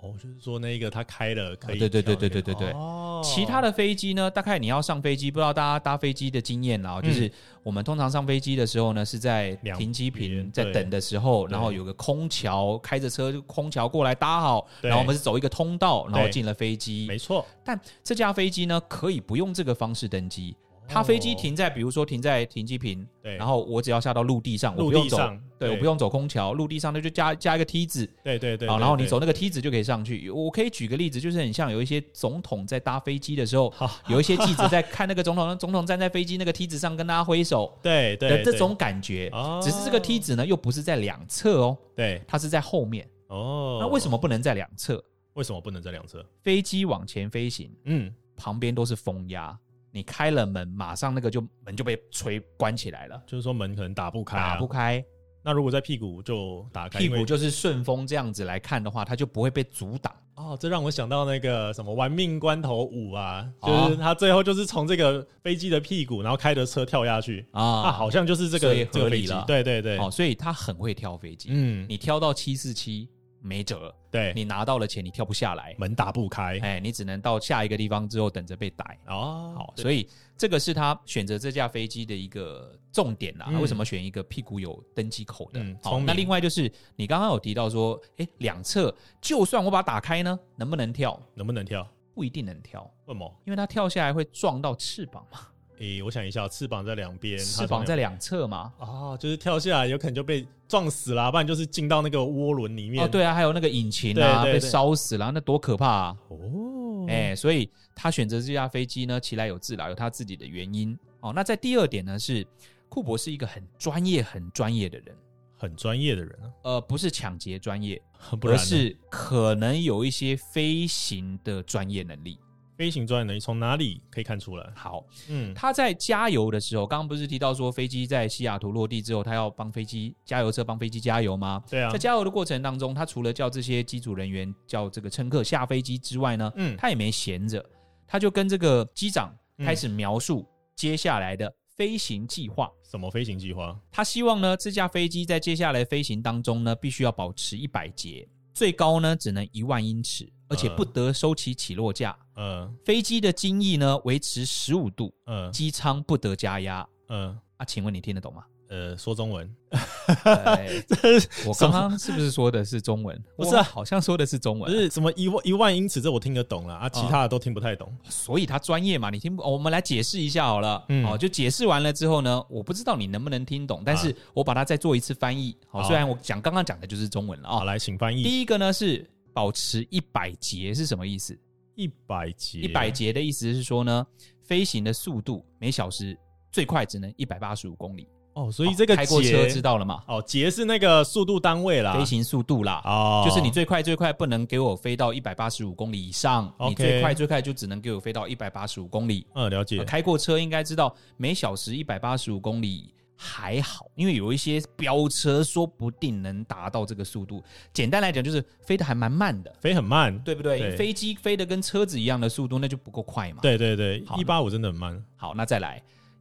Speaker 2: 哦，就是说那个他开了可以
Speaker 1: 啊对对
Speaker 2: 跳那个、
Speaker 1: 对对对对对
Speaker 2: 哦，
Speaker 1: 其他的飞机呢，大概你要上飞机，不知道大家搭飞机的经验啦，就是我们通常上飞机的时候呢，是在
Speaker 2: 嗯两
Speaker 1: 停机坪
Speaker 2: 边
Speaker 1: 在
Speaker 2: 对
Speaker 1: 等的时候，
Speaker 2: 对
Speaker 1: 然后有个空桥，开着车就空桥过来搭好，
Speaker 2: 对
Speaker 1: 然后我们是走一个通道，然后
Speaker 2: 对
Speaker 1: 进了飞机
Speaker 2: 没。错，
Speaker 1: 但这架飞机呢，可以不用这个方式登机。它
Speaker 2: 哦
Speaker 1: 飞机停在，比如说停在停机坪，
Speaker 2: 对，
Speaker 1: 然后我只要下到陆地上，我
Speaker 2: 陆
Speaker 1: 不用
Speaker 2: 地
Speaker 1: 走，
Speaker 2: 上，
Speaker 1: 对，我不，用走空桥，陆地上那就加加一个梯子，
Speaker 2: 对对对，
Speaker 1: 好，
Speaker 2: 对
Speaker 1: 然后你
Speaker 2: 对
Speaker 1: 走那个梯子就可以上去。我可以举个例子，就是很像有一些总统在搭飞机的时候
Speaker 2: 好，
Speaker 1: 有一些记者在看那个总统，总 <laughs> 统站在飞机那个梯子上跟大家挥手
Speaker 2: 对对
Speaker 1: 的这
Speaker 2: 对
Speaker 1: 种感觉。
Speaker 2: 哦
Speaker 1: 只是这个梯子呢，又不是在两侧哦，
Speaker 2: 对
Speaker 1: 它是在后面。
Speaker 2: 哦，
Speaker 1: 那为什么不能在两侧？
Speaker 2: 为什么不能这辆车？
Speaker 1: 飞机往前飞行，
Speaker 2: 嗯，
Speaker 1: 旁边都是风压，你开了门，马上那个就门就被吹关起来了，
Speaker 2: 就是说门可能打不开、啊，
Speaker 1: 打不开。
Speaker 2: 那如果在屁股就打开，
Speaker 1: 屁
Speaker 2: 因
Speaker 1: 股
Speaker 2: 为
Speaker 1: 就是顺风这样子来看的话，它就不会被阻挡。
Speaker 2: 哦，这让我想到那个什么《玩命关头五》啊，
Speaker 1: 哦
Speaker 2: 就是他最后就是从这个飞机的屁股，然后开着车跳下去
Speaker 1: 啊
Speaker 2: 啊，好像就是这
Speaker 1: 所以
Speaker 2: 个这
Speaker 1: 合
Speaker 2: 个
Speaker 1: 理
Speaker 2: 飞机
Speaker 1: 了，
Speaker 2: 对对对，
Speaker 1: 哦，所以他很会挑飞机。
Speaker 2: 嗯，
Speaker 1: 你挑到七四七，没辙了，
Speaker 2: 对，
Speaker 1: 你拿到了钱，你跳不下来，
Speaker 2: 门打不开
Speaker 1: 哎，你只能到下一个地方之后等着被逮。
Speaker 2: 哦，
Speaker 1: 好，
Speaker 2: 以
Speaker 1: 所以这个是他选择这架飞机的一个重点啦。
Speaker 2: 嗯
Speaker 1: 为什么选一个屁股有登机口的？
Speaker 2: 嗯
Speaker 1: 好，
Speaker 2: 聪明
Speaker 1: 那另外就是你刚刚有提到说，哎，两侧就算我把它打开呢，能不能跳？
Speaker 2: 能不能跳？
Speaker 1: 不一定能跳，
Speaker 2: 为什么？
Speaker 1: 因为它跳下来会撞到翅膀嘛，
Speaker 2: 诶、我想一下，翅膀在两边，
Speaker 1: 翅膀在
Speaker 2: 两
Speaker 1: 两侧嘛。
Speaker 2: 啊、就是跳下来有可能就被撞死啦，不然就是进到那个涡轮里面。
Speaker 1: 哦，，对啊，还有那个引擎啊
Speaker 2: 对对
Speaker 1: 被
Speaker 2: 对
Speaker 1: 烧死了，那多可怕啊！
Speaker 2: 哦，
Speaker 1: 哎、所以他选择这架飞机呢，其来有自啦，有他自己的原因。哦，那在第二点呢，是库珀是一个很专业、很专业的人，
Speaker 2: 很专业的人啊，
Speaker 1: 呃，不是抢劫专业，
Speaker 2: 不
Speaker 1: 而
Speaker 2: 然呢
Speaker 1: 是可能有一些飞行的专业能力。
Speaker 2: 飞行专业能力从哪里可以看出来？
Speaker 1: 好，
Speaker 2: 嗯，
Speaker 1: 他在加油的时候，刚刚不是提到说飞机在西雅图落地之后，他要帮飞机加油车帮飞机加油吗？
Speaker 2: 对啊
Speaker 1: 在，加油的过程当中，他除了叫这些机组人员叫这个乘客下飞机之外呢，
Speaker 2: 嗯，
Speaker 1: 他也没闲着，他就跟这个机长开
Speaker 2: 嗯
Speaker 1: 始描述接下来的飞行计划。
Speaker 2: 什么飞行计划？
Speaker 1: 他希望呢，这架飞机在接下来飞行当中呢，必须要保持一百节，最高呢只能一万英尺，而且不得收起起落架。
Speaker 2: 嗯
Speaker 1: 飞机的襟翼呢维持十五度，
Speaker 2: 嗯
Speaker 1: 机舱不得加压。
Speaker 2: 嗯
Speaker 1: 啊，请问你听得懂
Speaker 2: <laughs>
Speaker 1: 吗？
Speaker 2: 呃，说中文，
Speaker 1: 哎我
Speaker 2: 什
Speaker 1: 刚
Speaker 2: 么
Speaker 1: 刚是不是说的是中文？
Speaker 2: 不是啊
Speaker 1: 我好像说的是中
Speaker 2: 不
Speaker 1: 文啊、
Speaker 2: 是什么一万一万英尺，这我听得懂
Speaker 1: 哦
Speaker 2: 了啊，其他的都听不太懂。
Speaker 1: 所以他专业嘛，你听不、哦我们来解释一下好了。
Speaker 2: 嗯
Speaker 1: 哦，就解释完了之后呢，我不知道你能不能听懂，但是我把它再做一次翻译。好、
Speaker 2: 啊好
Speaker 1: 虽然我讲刚刚讲的就是中文了啊、
Speaker 2: 好，来，请翻译。
Speaker 1: 第一个呢是保持一百节是什么意思？
Speaker 2: 一百节，
Speaker 1: 一百节的意思是说呢，飞行的速度每小时最快只能一百八十五公里。
Speaker 2: 哦，所以这个
Speaker 1: 开过车
Speaker 2: 节
Speaker 1: 知道了嘛？
Speaker 2: 哦，节是那个速度单位啦
Speaker 1: 飞。行速度啦。
Speaker 2: 哦，
Speaker 1: 就是你最快最快不能给我飞到一百八十五公里以上
Speaker 2: OK
Speaker 1: 你最快最快就只能给我飞到一百八十五公里。
Speaker 2: 嗯了解
Speaker 1: 呃开过车应该知道，每小时一百八十五公里还好，因为有一些飙车说不定能达到这个速度。简单来讲，就是飞得还蛮慢的，
Speaker 2: 飞很慢，
Speaker 1: 对不对？
Speaker 2: 对
Speaker 1: 飞机飞得跟车子一样的速度，那就不够快嘛。，
Speaker 2: 对对对
Speaker 1: 好，
Speaker 2: 一八五真的很慢。
Speaker 1: 好，那再来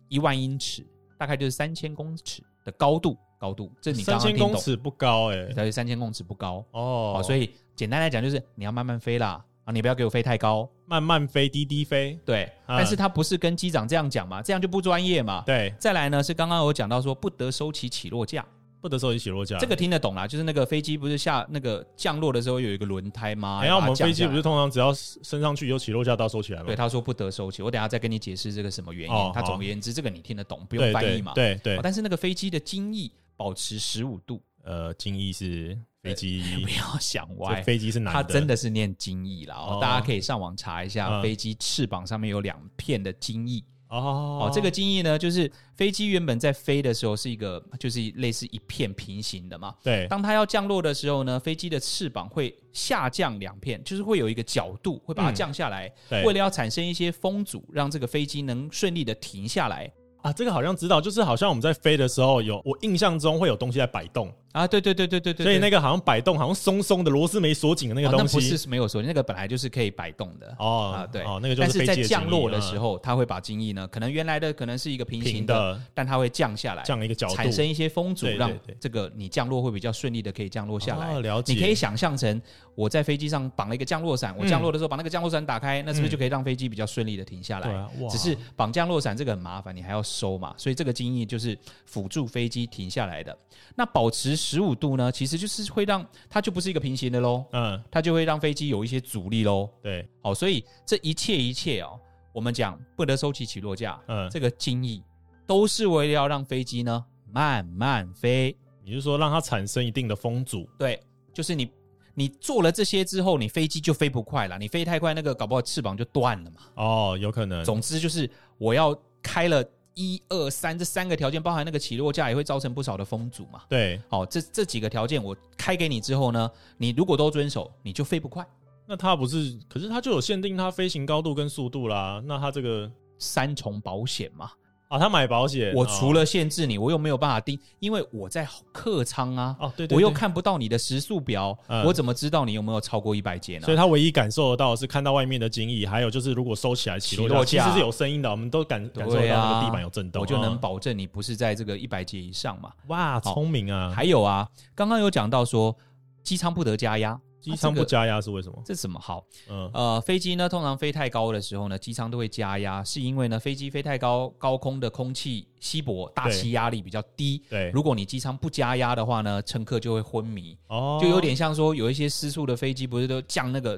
Speaker 1: 一万英尺，大概就是三千公尺的高度，高度，这你刚
Speaker 2: 三
Speaker 1: 刚
Speaker 2: 千
Speaker 1: 听
Speaker 2: 公
Speaker 1: 懂，
Speaker 2: 尺不高哎、
Speaker 1: 对，三千公尺不高。
Speaker 2: 哦
Speaker 1: 哦，，所
Speaker 2: 以
Speaker 1: 以简单来讲就是你要慢慢飞啦，啊，你不要给我飞太高。
Speaker 2: 慢慢飞，低低飞，
Speaker 1: 对，
Speaker 2: 嗯
Speaker 1: 但是他不是跟机长这样讲嘛，这样就不专业嘛。
Speaker 2: 对，
Speaker 1: 再来呢，是刚刚有讲到说不得收起起落架，
Speaker 2: 不得收起起落架。
Speaker 1: 这个听得懂啦，就是那个飞机不是下那个降落的时候有一个轮胎吗？
Speaker 2: 哎，
Speaker 1: 要
Speaker 2: 我
Speaker 1: 把它
Speaker 2: 们
Speaker 1: 降
Speaker 2: 飞机
Speaker 1: 下来
Speaker 2: 不是通常只要升上去有起落架，到收起来吗？
Speaker 1: 对，他说不得收起，我等一下再跟你解释这个什么原因。
Speaker 2: 哦
Speaker 1: 他
Speaker 2: 好
Speaker 1: 总而言之，这个你听得懂，不
Speaker 2: 对，
Speaker 1: 用翻译嘛。
Speaker 2: 对对
Speaker 1: 哦
Speaker 2: 对，
Speaker 1: 但是那个飞机的襟翼保持十五
Speaker 2: <laughs>
Speaker 1: 度，
Speaker 2: 呃，襟翼是飞
Speaker 1: 不
Speaker 2: 机，
Speaker 1: 要想
Speaker 2: 这
Speaker 1: 歪。
Speaker 2: 飞机是男的，
Speaker 1: 它真的是念襟翼啦，哦
Speaker 2: 哦
Speaker 1: 大家可以上网查一下，
Speaker 2: 嗯
Speaker 1: 飞机翅膀上面有两片的襟翼。
Speaker 2: 哦
Speaker 1: 哦，这个襟翼呢，就是飞机原本在飞的时候是一个，就是类似一片平行的嘛。
Speaker 2: 对
Speaker 1: 当它要降落的时候呢，飞机的翅膀会下降两片，就是会有一个角度，会把它
Speaker 2: 嗯
Speaker 1: 降下来。
Speaker 2: 对，
Speaker 1: 为了要产生一些风阻，让这个飞机能顺利的停下来
Speaker 2: 啊，这个好像知道，就是好像我们在飞的时候有，我印象中会有东西在摆动，
Speaker 1: 啊！对对对对对对，
Speaker 2: 所以
Speaker 1: 对
Speaker 2: 那个好像摆动，好像松松的螺丝没锁紧啊的那
Speaker 1: 哦
Speaker 2: 个
Speaker 1: 那
Speaker 2: 东
Speaker 1: 不
Speaker 2: 西。
Speaker 1: 是没有说那个本来就是可以摆动的。
Speaker 2: 哦
Speaker 1: 啊，对，
Speaker 2: 哦，那个就
Speaker 1: 但是
Speaker 2: 飞
Speaker 1: 在
Speaker 2: 机的
Speaker 1: 降落的时
Speaker 2: 候，
Speaker 1: 候，它会把襟翼呢，可能原来的可能是一个平
Speaker 2: 嗯
Speaker 1: 行
Speaker 2: 平
Speaker 1: 的，
Speaker 2: 的
Speaker 1: 但它会降下来，
Speaker 2: 这样一个角度
Speaker 1: 产生一些风阻，
Speaker 2: 对对
Speaker 1: 让
Speaker 2: 对
Speaker 1: 这个你降落会比较顺利的可以降落下来
Speaker 2: 哦。了解，
Speaker 1: 你可以想象成我在飞机上绑了一个降落伞，我
Speaker 2: 嗯
Speaker 1: 降落的时候把那个降落伞打开，那是不是
Speaker 2: 嗯
Speaker 1: 就可以让飞机比较顺利的停下
Speaker 2: 对
Speaker 1: 来？
Speaker 2: 啊，哇，
Speaker 1: 只是绑降落伞这个很麻烦，你还要收嘛，所以这个襟翼就是辅助飞机停下来的。那保持十五度呢，其实就是会让它就不是一个平行的喽，
Speaker 2: 嗯，
Speaker 1: 它就会让飞机有一些阻力喽。
Speaker 2: 对，
Speaker 1: 好，所以这一切一切哦，我们讲不得收起起落架，
Speaker 2: 嗯，
Speaker 1: 这个襟翼都是为了要让飞机呢慢慢飞。
Speaker 2: 你是说让它产生一定的风阻？
Speaker 1: 对，就是你你做了这些之后，你飞机就飞不快了，你飞太快，那个搞不好翅膀就断了嘛。
Speaker 2: 哦，有可能。
Speaker 1: 总之就是我要开了一二三这三个条件，包含那个起落架也会造成不少的风阻嘛。
Speaker 2: 对，
Speaker 1: 好，这这几个条件我开给你之后呢，你如果都遵守，你就飞不快。
Speaker 2: 那它不是，可是它就有限定它飞行高度跟速度啦。那它这个
Speaker 1: 三重保险嘛，
Speaker 2: 啊，它买保险，
Speaker 1: 我除
Speaker 2: 了
Speaker 1: 了限制你，我又没有办法盯，因为我在客舱啊，
Speaker 2: 哦，对对
Speaker 1: 我又
Speaker 2: 对
Speaker 1: 看不到你的时速表，
Speaker 2: 嗯
Speaker 1: 我怎么知道你有没有超过一百节呢
Speaker 2: 所？以它唯一感受得到的是看到外面的襟翼，还有就是如果收起来起落
Speaker 1: 起落
Speaker 2: 其
Speaker 1: 架
Speaker 2: 实是有声音的，我们都感感受得
Speaker 1: 对
Speaker 2: 到
Speaker 1: 啊
Speaker 2: 那个地板有震动，
Speaker 1: 我就能
Speaker 2: 嗯
Speaker 1: 保证你不是在这个一百节以上嘛。
Speaker 2: 哇，聪明啊！
Speaker 1: 还有啊，刚刚有讲到说机舱不得加压。
Speaker 2: 机
Speaker 1: 这
Speaker 2: 舱不
Speaker 1: 个
Speaker 2: 加压是为什么？
Speaker 1: 这怎么好？
Speaker 2: 嗯，
Speaker 1: 呃，飞机呢，通常飞太高的时候呢，机舱都会加压，是因为呢，飞机飞太高，高空的空气稀薄，大
Speaker 2: 对
Speaker 1: 气压力比较低。
Speaker 2: 对，
Speaker 1: 如果你机舱不加压的话呢，乘客就会昏迷，
Speaker 2: 哦，
Speaker 1: 就有点像说有一些失速的飞机不是都降那个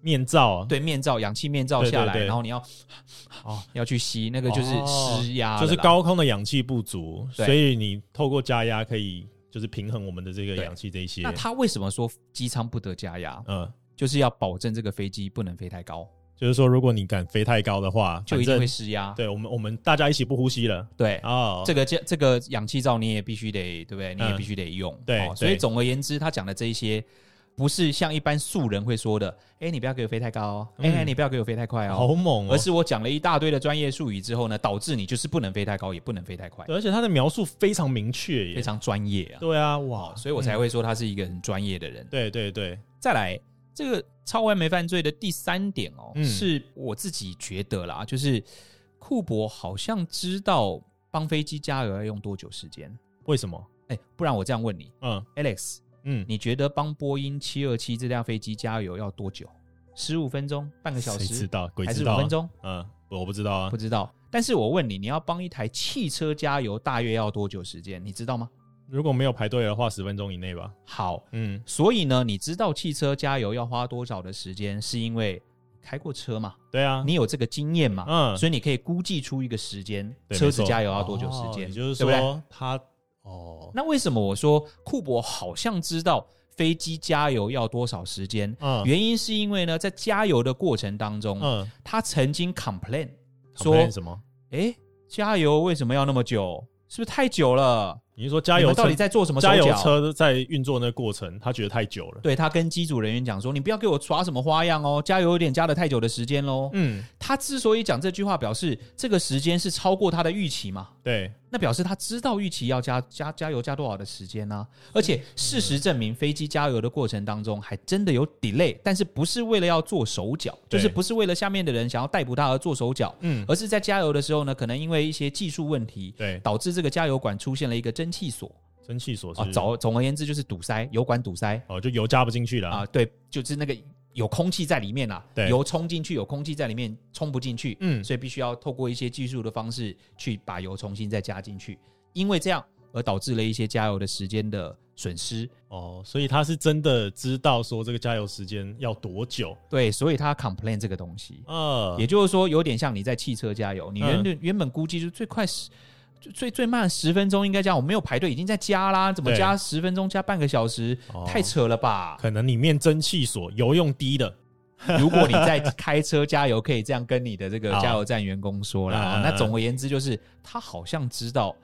Speaker 2: 面罩啊，
Speaker 1: 对面罩、氧气面罩
Speaker 2: 对对
Speaker 1: 下来，
Speaker 2: 对
Speaker 1: 然后你要
Speaker 2: 哦
Speaker 1: 要去吸，那个就是
Speaker 2: 哦
Speaker 1: 施压了啦、
Speaker 2: 就是高空的氧气不足，
Speaker 1: 对
Speaker 2: 所以你透过加压可以就是平衡我们的这个氧气这一些
Speaker 1: 那。他为什么说机舱不得加压？
Speaker 2: 嗯，
Speaker 1: 就是要保证这个飞机不能飞太高，
Speaker 2: 就是说如果你敢飞太高的话，
Speaker 1: 就
Speaker 2: 反
Speaker 1: 一定
Speaker 2: 正
Speaker 1: 会施压。
Speaker 2: 对我们我们大家一起不呼吸了
Speaker 1: 对，
Speaker 2: 哦，
Speaker 1: 这个这这个氧气罩你也必须得，对不对？你也必须得用。
Speaker 2: 嗯对
Speaker 1: 哦所以
Speaker 2: 对
Speaker 1: 总而言之，他讲的这一些，不是像一般素人会说的，哎，你不要给我飞太高哦，哎，
Speaker 2: 嗯
Speaker 1: 你不要给我飞太快哦。
Speaker 2: 好猛哦
Speaker 1: 而！是我讲了一大堆的专业术语之后呢，导致你就是不能飞太高，也不能飞太快
Speaker 2: 对，而且他的描述非常明确
Speaker 1: 非
Speaker 2: 耶，
Speaker 1: 常专业啊。
Speaker 2: 对啊，哇，
Speaker 1: 所以我才会说他是一个很专业的人。
Speaker 2: 对对对，
Speaker 1: 再来，这个超完美犯罪的第三点哦，
Speaker 2: 嗯
Speaker 1: 是我自己觉得啦，就是库珀好像知道帮飞机加油要用多久时间。
Speaker 2: 为什么？
Speaker 1: 哎，不然我这样问你
Speaker 2: 嗯
Speaker 1: ，Alex，
Speaker 2: 嗯，
Speaker 1: 你觉得帮波音七二七这架飞机加油要多久？十五分钟、半个小
Speaker 2: 谁知
Speaker 1: 时，
Speaker 2: 道？鬼
Speaker 1: 还
Speaker 2: 知
Speaker 1: 是
Speaker 2: 道
Speaker 1: 五
Speaker 2: 啊？
Speaker 1: 分钟？
Speaker 2: 嗯，我不知道啊
Speaker 1: 不，知道。但是我问你，你要帮一台汽车加油大约要多久时间？你知道吗？
Speaker 2: 如果没有排队的话，十分钟以内吧。
Speaker 1: 好，
Speaker 2: 嗯，
Speaker 1: 所以呢，你知道汽车加油要花多少的时间，是因为开过车嘛？
Speaker 2: 对啊，
Speaker 1: 你有这个经验嘛？
Speaker 2: 嗯
Speaker 1: 所以你可以估计出一个时间，
Speaker 2: 对
Speaker 1: 车
Speaker 2: 没
Speaker 1: 子
Speaker 2: 错
Speaker 1: 加油要多久时
Speaker 2: 哦
Speaker 1: 间，
Speaker 2: 也就是
Speaker 1: 对不对？
Speaker 2: 说他哦，
Speaker 1: 那为什么我说库珀好像知道飞机加油要多少时间？
Speaker 2: 嗯
Speaker 1: 原因是因为呢，在加油的过程当中，
Speaker 2: 嗯，
Speaker 1: 他曾经 complain 说
Speaker 2: complain：“什么？
Speaker 1: 诶，加油为什么要那么久？是不是太久了？
Speaker 2: 你是说加
Speaker 1: 你
Speaker 2: 油
Speaker 1: 们到
Speaker 2: 车
Speaker 1: 底在做什么手
Speaker 2: 加
Speaker 1: 脚？”
Speaker 2: 油车在运作那个过程，他觉得太久了。
Speaker 1: 对他跟机组人员讲说：“你不要给我耍什么花样哦，加油有点加的太久的时间喽。
Speaker 2: 嗯，
Speaker 1: 他之所以讲这句话，表示这个时间是超过他的预期嘛？
Speaker 2: 对，
Speaker 1: 那表示他知道预期要加加加油加多少的时间呢、而且事实证明，飞机加油的过程当中还真的有 delay，但是不是为了要做手脚，就
Speaker 2: 对
Speaker 1: 是不是为了下面的人想要逮捕他而做手脚，
Speaker 2: 嗯，
Speaker 1: 而是在加油的时候呢，可能因为一些技术问题，
Speaker 2: 对，
Speaker 1: 导致这个加油管出现了一个蒸汽锁
Speaker 2: 蒸汽锁
Speaker 1: 啊
Speaker 2: 是，
Speaker 1: 总总而言之就是堵塞，油管堵塞
Speaker 2: 哦，就油加不进去了
Speaker 1: 啊，对，就是那个有空气在里面啦、
Speaker 2: 对
Speaker 1: 油冲进去有空气在里面冲不进去，
Speaker 2: 嗯，
Speaker 1: 所以必须要透过一些技术的方式去把油重新再加进去，因为这样而导致了一些加油的时间的损失。
Speaker 2: 哦，所以他是真的知道说这个加油时间要多久，
Speaker 1: 对，所以他 complain 这个东西，
Speaker 2: 呃，
Speaker 1: 也就是说有点像你在汽车加油，你原
Speaker 2: 嗯
Speaker 1: 本、原本估计就最快十。最最最慢十分钟应该加，我没有排队，已经在加啦，怎么
Speaker 2: 对
Speaker 1: 加十分钟加半个小时？
Speaker 2: 哦
Speaker 1: 太扯了吧！
Speaker 2: 可能里面蒸汽锁油用低的， <laughs>
Speaker 1: 如果你在开车加油，可以这样跟你的这个加油站员工说啦。
Speaker 2: 好
Speaker 1: 哦
Speaker 2: 嗯
Speaker 1: 那
Speaker 2: 嗯嗯
Speaker 1: 总而言之，就是他好像知道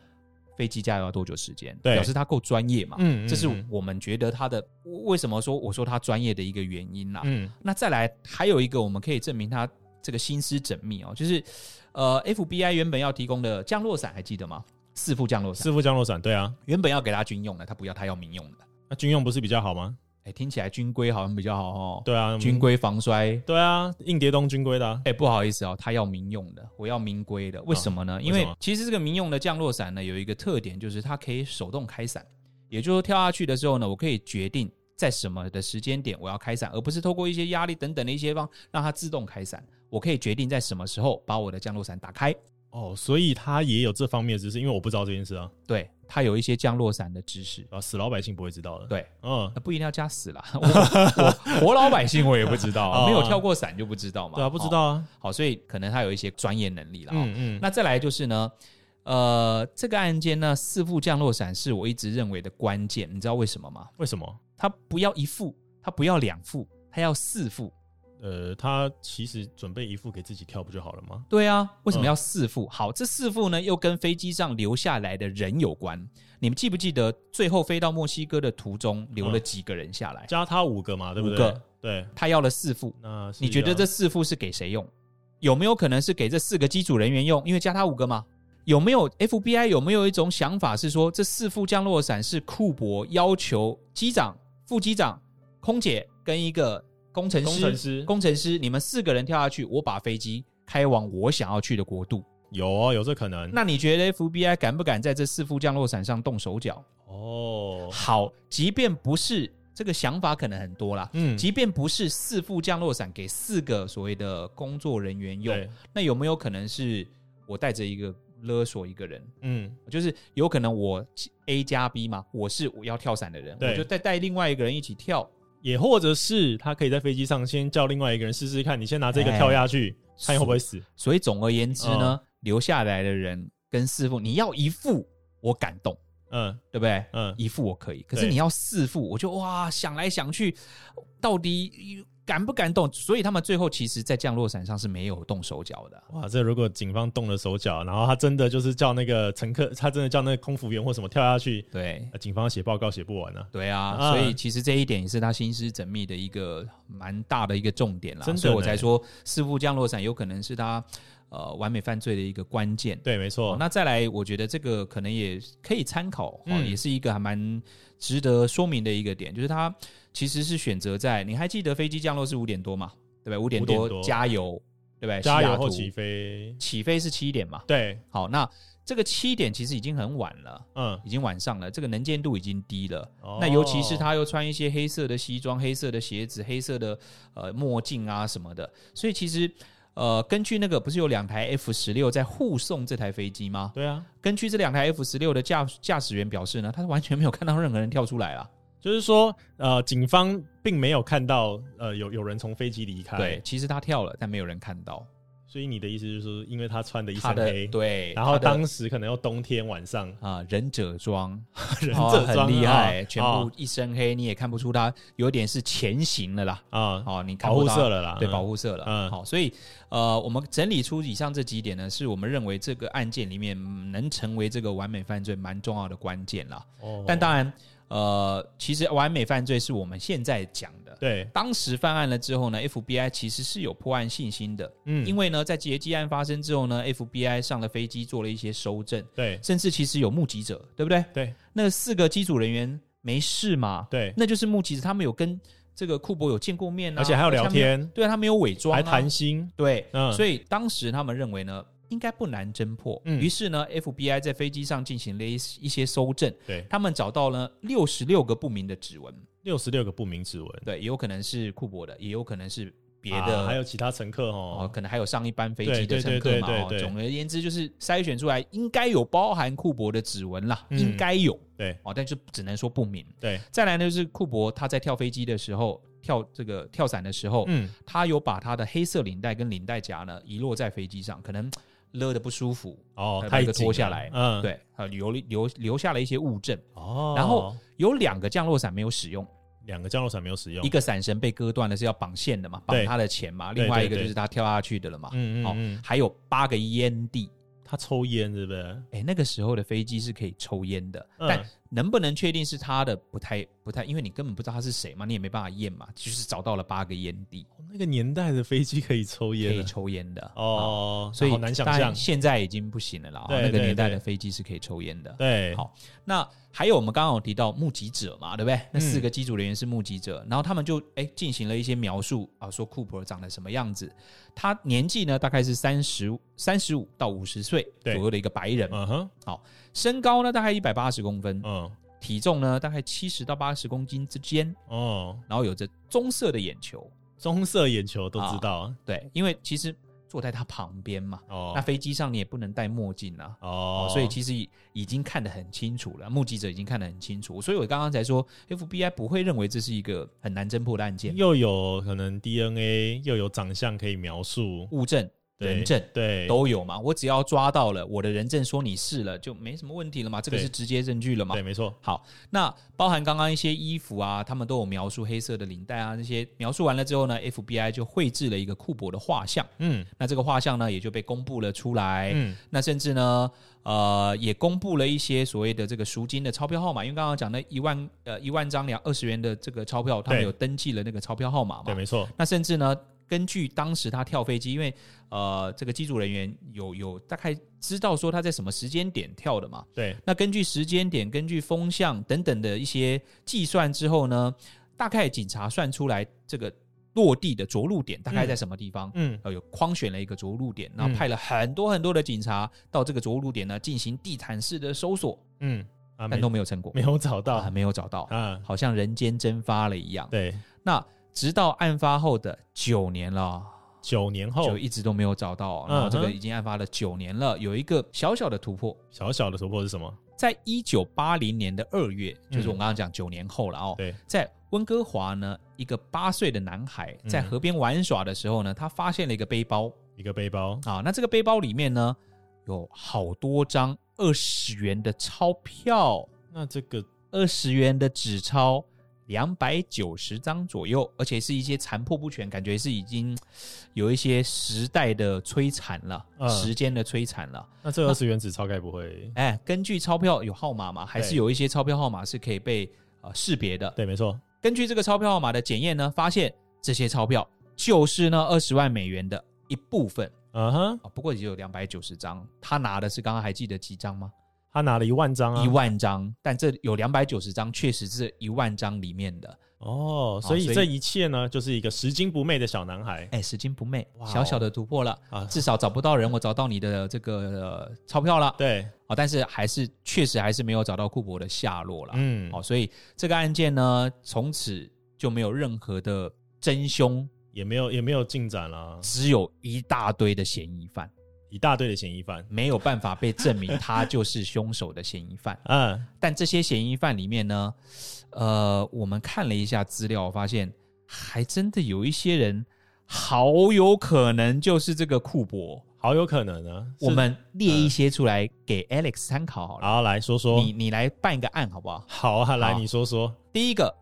Speaker 1: 飞机加油要多久时间，
Speaker 2: 对
Speaker 1: 表示他够专业嘛。
Speaker 2: 嗯嗯
Speaker 1: 这是
Speaker 2: 嗯
Speaker 1: 我们觉得他的为什么说我说他专业的一个原因啦。
Speaker 2: 嗯，
Speaker 1: 那再来还有一个，我们可以证明他这个心思缜密哦，就是呃，FBI 原本要提供的降落伞还记得吗？四副降落伞
Speaker 2: 四副降落伞，对啊，
Speaker 1: 原本要给他军用的，他不要，他要民用的。
Speaker 2: 那军用不是比较好吗？
Speaker 1: 哎，听起来军规好像比较好哦。
Speaker 2: 对啊，
Speaker 1: 军，规防摔，
Speaker 2: 对啊，硬碟东军规的啊，
Speaker 1: 哎、不好意思哦，他要民用的，我要民规的，为什么呢？因
Speaker 2: 为
Speaker 1: 为
Speaker 2: 什么
Speaker 1: 其实这个民用的降落伞呢，有一个特点，就是它可以手动开伞，也就是说跳下去的时候呢，我可以决定在什么的时间点我要开伞，而不是透过一些压力等等的一些方让它自动开伞。我可以决定在什么时候把我的降落伞打开。
Speaker 2: 哦，所以他也有这方面的知识，因为我不知道这件事啊，
Speaker 1: 对，它有一些降落伞的知识。
Speaker 2: 啊，死老百姓不会知道的，，
Speaker 1: 对，
Speaker 2: 嗯，
Speaker 1: 那不一定要加死啦，我我活老百姓我也不知道啊，
Speaker 2: <laughs> 哦
Speaker 1: 没有跳过伞就不知道嘛。
Speaker 2: 对啊，不知
Speaker 1: 哦
Speaker 2: 道啊，
Speaker 1: 好，所以可能他有一些专业能力了、哦。
Speaker 2: 嗯嗯，
Speaker 1: 那再来就是呢，呃，这个案件呢，四副降落伞是我一直认为的关键，你知道为什么吗？
Speaker 2: 为什么？
Speaker 1: 它不要一副，它不要两副，它要四副。
Speaker 2: 呃，他其实准备一副给自己跳不就好了吗？
Speaker 1: 对啊，为什么要四副？好，这四副呢，又跟飞机上留下来的人有关。你们记不记得最后飞到墨西哥的途中留了几个人下来？
Speaker 2: 加他五个嘛，对不对？
Speaker 1: 五个
Speaker 2: 对，
Speaker 1: 他要了四副，
Speaker 2: 那是啊
Speaker 1: 你觉得
Speaker 2: 要
Speaker 1: 这四副是给谁用？有没有可能是给这四个机组人员用？因为加他五个嘛。有没有 FBI 有没有一种想法是说，这四副降落伞是库珀要求机长、副机长、空姐跟一个工程师、
Speaker 2: 工程师
Speaker 1: 工程师你们四个人跳下去，我把飞机开往我想要去的国度？
Speaker 2: 有哦，有这可能
Speaker 1: 那你觉得 FBI <laughs> 敢不敢在这四副降落伞上动手脚？
Speaker 2: 哦，
Speaker 1: 好，即便不是这个想法可能很多啦。
Speaker 2: 嗯，
Speaker 1: 即便不是四副降落伞给四个所谓的工作人员用，
Speaker 2: 嗯对，
Speaker 1: 那有没有可能是我带着一个勒索一个人？
Speaker 2: 嗯，
Speaker 1: 就是有可能我 A 加 B 嘛，我是我要跳伞的人，
Speaker 2: 对
Speaker 1: 我就再带另外一个人一起跳，
Speaker 2: 也或者是他可以在飞机上先叫另外一个人试试看，你先拿这个
Speaker 1: 哎
Speaker 2: 跳下去，看你会不会死。
Speaker 1: 所以总而言之呢，
Speaker 2: 嗯
Speaker 1: 留下来的人跟四副，你要一副我感动，
Speaker 2: 嗯
Speaker 1: 对不对？
Speaker 2: 嗯，
Speaker 1: 一副我可以，可是
Speaker 2: 对
Speaker 1: 你要四副，我就哇想来想去，到底感不感动？所以他们最后其实，在降落伞上是没有动手脚的。
Speaker 2: 哇，这如果警方动了手脚，然后他真的就是叫那个乘客，他真的叫那个空服员或什么跳下去，
Speaker 1: 对，
Speaker 2: 呃警方写报告写不完啊。
Speaker 1: 对啊，
Speaker 2: 啊
Speaker 1: 所以其实这一点也是他心思缜密的一个蛮大的一个重点啦。
Speaker 2: 真的
Speaker 1: 所以我
Speaker 2: 呢
Speaker 1: 才说，四副降落伞有可能是他呃完美犯罪的一个关键。
Speaker 2: 对，没
Speaker 1: 哦
Speaker 2: 错，，
Speaker 1: 那再来，我觉得这个可能也可以参考，哦，
Speaker 2: 嗯
Speaker 1: 也是一个还蛮值得说明的一个点，就是它其实是选择在你还记得飞机降落是五点多嘛，对不对？五点
Speaker 2: 5点
Speaker 1: 多
Speaker 2: 多
Speaker 1: 加油，对不对？
Speaker 2: 加
Speaker 1: 西雅
Speaker 2: 油
Speaker 1: 图
Speaker 2: 后起飞。
Speaker 1: 起飞是七点嘛？
Speaker 2: 对，
Speaker 1: 好，那这个七点其实已经很晚了，
Speaker 2: 嗯，
Speaker 1: 已经晚上了，这个能见度已经低了。
Speaker 2: 哦
Speaker 1: 那尤其是他又穿一些黑色的西装、黑色的鞋子、黑色的呃墨镜啊什么的，所以其实呃，根据那个不是有两台 F 十六在护送这台飞机吗？
Speaker 2: 对啊，
Speaker 1: 根据这两台 F 十六的驾驾驶员表示呢，他完全没有看到任何人跳出来啊。
Speaker 2: 就是说，呃，警方并没有看到，呃，有有人从飞机离开。
Speaker 1: 对，，其实他跳了，但没有人看到
Speaker 2: 所以你的意思就是说，因为他穿的一
Speaker 1: 他
Speaker 2: 身
Speaker 1: 的
Speaker 2: 黑，
Speaker 1: 对，
Speaker 2: 然后
Speaker 1: 他的
Speaker 2: 当时可能又冬天晚上，
Speaker 1: 啊、忍者装，
Speaker 2: <laughs> 忍
Speaker 1: 哦
Speaker 2: 者装、
Speaker 1: 很厉害，
Speaker 2: 哦
Speaker 1: 全部一身黑，你也看不出他有点是前行了啦。
Speaker 2: 啊，
Speaker 1: 哦，你看
Speaker 2: 保
Speaker 1: 不
Speaker 2: 护
Speaker 1: 到
Speaker 2: 色了啦，
Speaker 1: 对，保
Speaker 2: 护
Speaker 1: 护色了。
Speaker 2: 啊嗯
Speaker 1: 好，所以呃，我们整理出以上这几点呢，是我们认为这个案件里面嗯能成为这个完美犯罪蛮重要的关键啦。
Speaker 2: 哦
Speaker 1: 但当然，呃，其实完美犯罪是我们现在讲的。
Speaker 2: 对，
Speaker 1: 当时犯案了之后呢，FBI 其实是有破案信心的，
Speaker 2: 嗯，
Speaker 1: 因为呢，在劫机案发生之后呢，FBI 上了飞机做了一些搜证，
Speaker 2: 对
Speaker 1: 甚至其实有目击者，对不对？
Speaker 2: 对
Speaker 1: 那四个机组人员没事嘛，
Speaker 2: 对，
Speaker 1: 那就是目击者，他们有跟这个库珀有见过面啊，
Speaker 2: 而且还有
Speaker 1: 他
Speaker 2: 聊
Speaker 1: 们
Speaker 2: 天，
Speaker 1: 对啊，他没有伪装、啊，
Speaker 2: 还谈心，
Speaker 1: 对，
Speaker 2: 嗯
Speaker 1: 所以当时他们认为呢，应该不难侦破。
Speaker 2: 嗯
Speaker 1: 于是呢，FBI 在飞机上进行了一一些搜证，
Speaker 2: 对，
Speaker 1: 他们找到了六十六个不明的指纹，
Speaker 2: 六十六个不明指纹，
Speaker 1: 对，也有可能是库珀的，也有可能是别
Speaker 2: 啊
Speaker 1: 的，
Speaker 2: 还有其他乘客
Speaker 1: 哦，
Speaker 2: 哦，
Speaker 1: 可能还有上一班飞
Speaker 2: 对
Speaker 1: 机的
Speaker 2: 对
Speaker 1: 乘
Speaker 2: 对
Speaker 1: 客
Speaker 2: 对
Speaker 1: 嘛。
Speaker 2: 对
Speaker 1: 哦
Speaker 2: 对
Speaker 1: 总而言之，就是筛选出来应该有包含库珀的指纹啦，
Speaker 2: 嗯
Speaker 1: 应该有
Speaker 2: 对
Speaker 1: 哦，但是只能说不明。
Speaker 2: 对，
Speaker 1: 再来呢，就是库珀他在跳飞机的时候，跳这个跳伞的时候，
Speaker 2: 嗯，
Speaker 1: 他有把他的黑色领带跟领带夹呢遗落在飞机上，可能勒的不舒服，
Speaker 2: 哦，
Speaker 1: 把
Speaker 2: 太
Speaker 1: 这个
Speaker 2: 紧
Speaker 1: 脱下
Speaker 2: 了
Speaker 1: 来
Speaker 2: 嗯，，
Speaker 1: 对，呃，留留留下了一些物证。
Speaker 2: 哦，
Speaker 1: 然后有两个降落伞没有使用，
Speaker 2: 两个降落伞没有使用，
Speaker 1: 一个伞绳被割断了是要绑线的嘛，绑
Speaker 2: 对
Speaker 1: 他的钱嘛，
Speaker 2: 对
Speaker 1: 另外一
Speaker 2: 对
Speaker 1: 个
Speaker 2: 对
Speaker 1: 就是他跳下去的了嘛。
Speaker 2: 嗯
Speaker 1: 哦
Speaker 2: 嗯嗯，
Speaker 1: 还有八个烟蒂，
Speaker 2: 他抽烟是不是？
Speaker 1: 哎，那个时候的飞机是可以抽烟的，
Speaker 2: 嗯
Speaker 1: 但能不能确定是他的，不太不太，因为你根本不知道他是谁嘛，你也没办法验嘛，就是找到了八个烟蒂
Speaker 2: 哦那个年代的飞机可以抽
Speaker 1: 可
Speaker 2: 烟
Speaker 1: 以
Speaker 2: 啊
Speaker 1: 抽烟的啊
Speaker 2: 哦，
Speaker 1: 所以
Speaker 2: 好难想
Speaker 1: 当
Speaker 2: 象
Speaker 1: 然，现在已经不行了啦。哦
Speaker 2: 对
Speaker 1: 那个
Speaker 2: 对
Speaker 1: 年代
Speaker 2: 对
Speaker 1: 的飞机是可以抽烟的。
Speaker 2: 对，
Speaker 1: 好那还有我们刚刚有提到目击者嘛，对不对？那
Speaker 2: 嗯
Speaker 1: 四个机组人员是目击者，然后他们就哎进行了一些描述啊，说库珀长得什么样子，他年纪呢大概是三十三十五到五十岁左
Speaker 2: 对
Speaker 1: 右的一个白人，
Speaker 2: 嗯哼，
Speaker 1: 身高呢大概一百八十公分，
Speaker 2: 嗯，
Speaker 1: 体重呢大概七十到八十公斤之间，
Speaker 2: 哦，
Speaker 1: 然后有着棕色的眼球，
Speaker 2: 棕色眼球都知道
Speaker 1: 对，因为其实坐在他旁边嘛，那
Speaker 2: 哦
Speaker 1: 飞机上你也不能戴墨镜啊，
Speaker 2: 哦
Speaker 1: 哦，，所以其实已已经看得很清楚了，目击者已经看得很清楚，所以我刚刚才说，FBI 不会认为这是一个很难侦破的案件，
Speaker 2: 又有可能 DNA，又有长相可以描述，
Speaker 1: 物证、
Speaker 2: 对
Speaker 1: 人证
Speaker 2: 对，
Speaker 1: 都有嘛，我只要抓到了我的人证说你是了，就没什么问题了嘛，这个
Speaker 2: 对
Speaker 1: 是直接证据了嘛
Speaker 2: 对，。没错，
Speaker 1: 好，那包含刚刚一些衣服啊，他们都有描述黑色的领带啊，那些描述完了之后呢，FBI 就绘制了一个库珀的画像，
Speaker 2: 嗯
Speaker 1: 那这个画像呢也就被公布了出来。
Speaker 2: 嗯，
Speaker 1: 那甚至呢，呃，也公布了一些所谓的这个赎金的钞票号码，因为刚刚讲的一万呃一万张两二十元的这个钞票，他们
Speaker 2: 对
Speaker 1: 有登记了那个钞票号码
Speaker 2: 对，
Speaker 1: 嘛。
Speaker 2: 没错，
Speaker 1: 那甚至呢，根据当时他跳飞机，因为呃这个机组人员有有大概知道说他在什么时间点跳的嘛。
Speaker 2: 对，
Speaker 1: 那根据时间点、根据风向等等的一些计算之后呢，大概警察算出来这个落地的着陆点大概在什么地方。
Speaker 2: 嗯
Speaker 1: 呃，有框选了一个着陆点，然后
Speaker 2: 嗯
Speaker 1: 派了很多很多的警察到这个着陆点呢进行地毯式的搜索
Speaker 2: 嗯，啊，
Speaker 1: 但
Speaker 2: 没
Speaker 1: 都没有成果，
Speaker 2: 没有找到
Speaker 1: 啊，没有找到，
Speaker 2: 啊，
Speaker 1: 好像人间蒸发了一样。
Speaker 2: 对，
Speaker 1: 那直到案发后的九年了哦，
Speaker 2: 九年后
Speaker 1: 就一直都没有找到哦。
Speaker 2: 嗯哼
Speaker 1: 然后这个已经案发了九年了，有一个小小的突破，
Speaker 2: 小小的突破是什么？
Speaker 1: 在一九八零年的二月，就是我们刚刚讲九年后了哦。
Speaker 2: 嗯对，
Speaker 1: 在温哥华呢，一个八岁的男孩
Speaker 2: 嗯
Speaker 1: 在河边玩耍的时候呢，他发现了一个背包
Speaker 2: 一个背包，
Speaker 1: 啊，那这个背包里面呢有好多张二十元的钞票，
Speaker 2: 那这个
Speaker 1: 二十元的纸钞。两百九十张左右，而且是一些残破不全，感觉是已经有一些时代的摧残了，
Speaker 2: 嗯
Speaker 1: 时间的摧残了。
Speaker 2: 那这二十元纸钞该不会？
Speaker 1: 哎，根据钞票有号码嘛，还是
Speaker 2: 对
Speaker 1: 有一些钞票号码是可以被呃识别的。
Speaker 2: 对，没错，
Speaker 1: 根据这个钞票号码的检验呢，发现这些钞票就是那二十万美元的一部分
Speaker 2: 啊哈，
Speaker 1: 啊，不过也有两百九十张。他拿的是刚刚还记得几张吗？
Speaker 2: 他拿了一万张啊，
Speaker 1: 一万张，但这有两百九十张，确实是一万张里面的。
Speaker 2: 哦，所以
Speaker 1: 所以
Speaker 2: 这一切呢，就是一个拾金不昧的小男孩
Speaker 1: 哎，拾金不昧，
Speaker 2: 哇哦
Speaker 1: 小小的突破了，
Speaker 2: 啊，
Speaker 1: 至少找不到人，我找到你的这个、呃钞票了
Speaker 2: 对，
Speaker 1: 啊，但是还是确实还是没有找到库珀的下落了。
Speaker 2: 嗯，
Speaker 1: 哦，所以这个案件呢，从此就没有任何的真凶，
Speaker 2: 也没有也没有进展啦，
Speaker 1: 只有一大堆的嫌疑犯，
Speaker 2: 一大堆的嫌疑犯，。
Speaker 1: 没有办法被证明他就是凶手的嫌疑犯
Speaker 2: 嗯，
Speaker 1: 但这些嫌疑犯里面呢，呃，我们看了一下资料，发现还真的有一些人好有可能就是这个库珀。
Speaker 2: 好有可能啊呢。
Speaker 1: 我们列一些出来给 Alex 参考好了，
Speaker 2: 好来说说，
Speaker 1: 你你来办一个案好不好？
Speaker 2: 好啊，来
Speaker 1: 好
Speaker 2: 你说说，
Speaker 1: 第一个，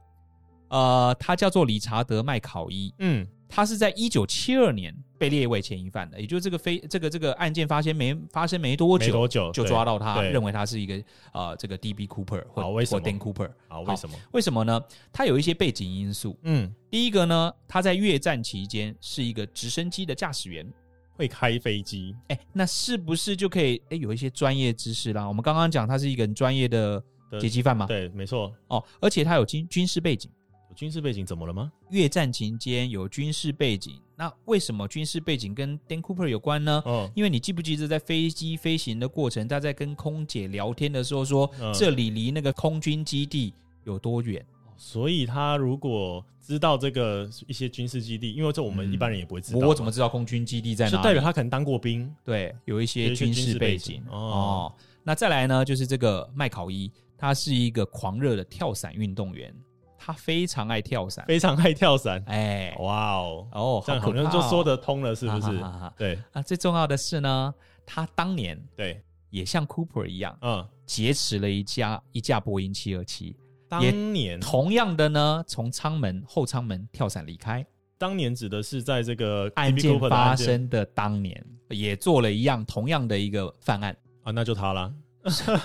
Speaker 1: 呃，他叫做理查德麦考伊，
Speaker 2: 嗯，
Speaker 1: 他是在一九七二年被列为嫌疑犯的，也就是这个非这个这个案件发生没发生没多
Speaker 2: 没
Speaker 1: 久
Speaker 2: 多久
Speaker 1: 就
Speaker 2: 对
Speaker 1: 抓到他，
Speaker 2: 对
Speaker 1: 认为他是一个呃这个 D.B. Cooper 或
Speaker 2: 好为什
Speaker 1: 或
Speaker 2: 么
Speaker 1: Dan Cooper，
Speaker 2: 好，为什么？
Speaker 1: 为什么呢？他有一些背景因素。
Speaker 2: 嗯，
Speaker 1: 第一个呢，他在越战期间是一个直升机的驾驶员。
Speaker 2: 会开飞机，
Speaker 1: 哎，那是不是就可以哎有一些专业知识啦？我们刚刚讲他是一个很专业的
Speaker 2: 对
Speaker 1: 劫机犯嘛，
Speaker 2: 对，没错，
Speaker 1: 哦，而且他有军军事背景。
Speaker 2: 有军事背景怎么了吗？
Speaker 1: 越战期间有军事背景，那为什么军事背景跟 Dan Cooper 有关呢？
Speaker 2: 哦，
Speaker 1: 因为你记不记得，在飞机飞行的过程，他在跟空姐聊天的时候说，
Speaker 2: 嗯
Speaker 1: 这里离那个空军基地有多远？
Speaker 2: 所以他如果知道这个一些军事基地，因为这我们
Speaker 1: 嗯
Speaker 2: 一般人也不会知道嘛，
Speaker 1: 我我怎么知道空军基地在
Speaker 2: 就
Speaker 1: 哪
Speaker 2: 代
Speaker 1: 里
Speaker 2: 表？他可能当过兵，
Speaker 1: 对，有一些
Speaker 2: 有一些
Speaker 1: 军事背
Speaker 2: 军事背
Speaker 1: 景
Speaker 2: 景
Speaker 1: 哦
Speaker 2: 哦
Speaker 1: 那再来呢，就是这个麦考伊，他是一个狂热的跳伞运动员，他非常爱跳伞。
Speaker 2: 非常爱跳伞，
Speaker 1: 哎，
Speaker 2: 哇啊哦，
Speaker 1: 哦，
Speaker 2: 这样
Speaker 1: 好
Speaker 2: 好
Speaker 1: 可怕
Speaker 2: 像
Speaker 1: 哦
Speaker 2: 就说得通了，是不
Speaker 1: 哈
Speaker 2: 是
Speaker 1: 哈？哈哈
Speaker 2: 对
Speaker 1: 啊，最重要的是呢，他当年
Speaker 2: 对，
Speaker 1: 也像 Cooper 一样
Speaker 2: 嗯，
Speaker 1: 劫持了一架一架波音七二七，
Speaker 2: 当年
Speaker 1: 同样的呢，从舱门后舱门跳伞离开。
Speaker 2: 当年指的是在这个
Speaker 1: 案
Speaker 2: DB
Speaker 1: 件
Speaker 2: Cooper 的
Speaker 1: 发
Speaker 2: 案件
Speaker 1: 生的当年，也做了一样同样的一个犯案。
Speaker 2: 啊，那就他啦，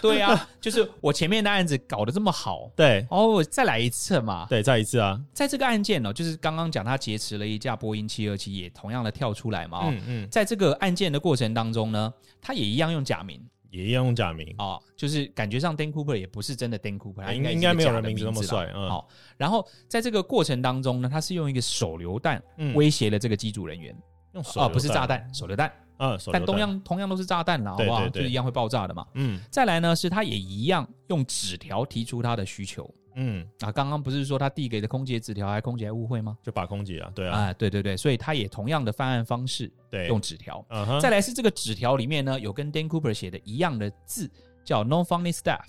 Speaker 1: 对啊，就是我前面的案子搞得这么好，
Speaker 2: 对
Speaker 1: 哦，我再来一次嘛。
Speaker 2: 对，再一次啊，
Speaker 1: 在这个案件呢、哦就是刚刚讲他劫持了一架波音七二七，也同样的跳出来嘛、哦。
Speaker 2: 嗯嗯，
Speaker 1: 在这个案件的过程当中呢，他也一样用假名
Speaker 2: 也要用假名，
Speaker 1: 哦，就是感觉上 Dan Cooper 也不是真的 Dan Cooper，他应该
Speaker 2: 哎应该没有人
Speaker 1: 名
Speaker 2: 名字那么
Speaker 1: 啦
Speaker 2: 帅嗯
Speaker 1: 好、然后在这个过程当中呢，他是用一个手榴弹
Speaker 2: 嗯，
Speaker 1: 威胁了这个机组人员
Speaker 2: 用手
Speaker 1: 哦，不是
Speaker 2: 榴
Speaker 1: 炸弹，手榴弹，
Speaker 2: 嗯，手榴
Speaker 1: 但
Speaker 2: 弹
Speaker 1: 同样同样都是炸弹啦，好
Speaker 2: 对
Speaker 1: 不好？
Speaker 2: 对
Speaker 1: 就
Speaker 2: 对
Speaker 1: 是一样会爆炸的嘛。
Speaker 2: 嗯
Speaker 1: 再来呢，是他也一样用纸条提出他的需求
Speaker 2: 嗯，
Speaker 1: 啊。刚刚不是说他递给的空姐纸条，还空姐还误会吗？
Speaker 2: 就把空姐啊，对啊，
Speaker 1: 啊，对对对，所以他也同样的犯案方式
Speaker 2: 对，
Speaker 1: 用纸条。
Speaker 2: 嗯哼，
Speaker 1: 再来是这个纸条里面呢，有跟 Dan Cooper 写的一样的字，叫 “No funny stuff”。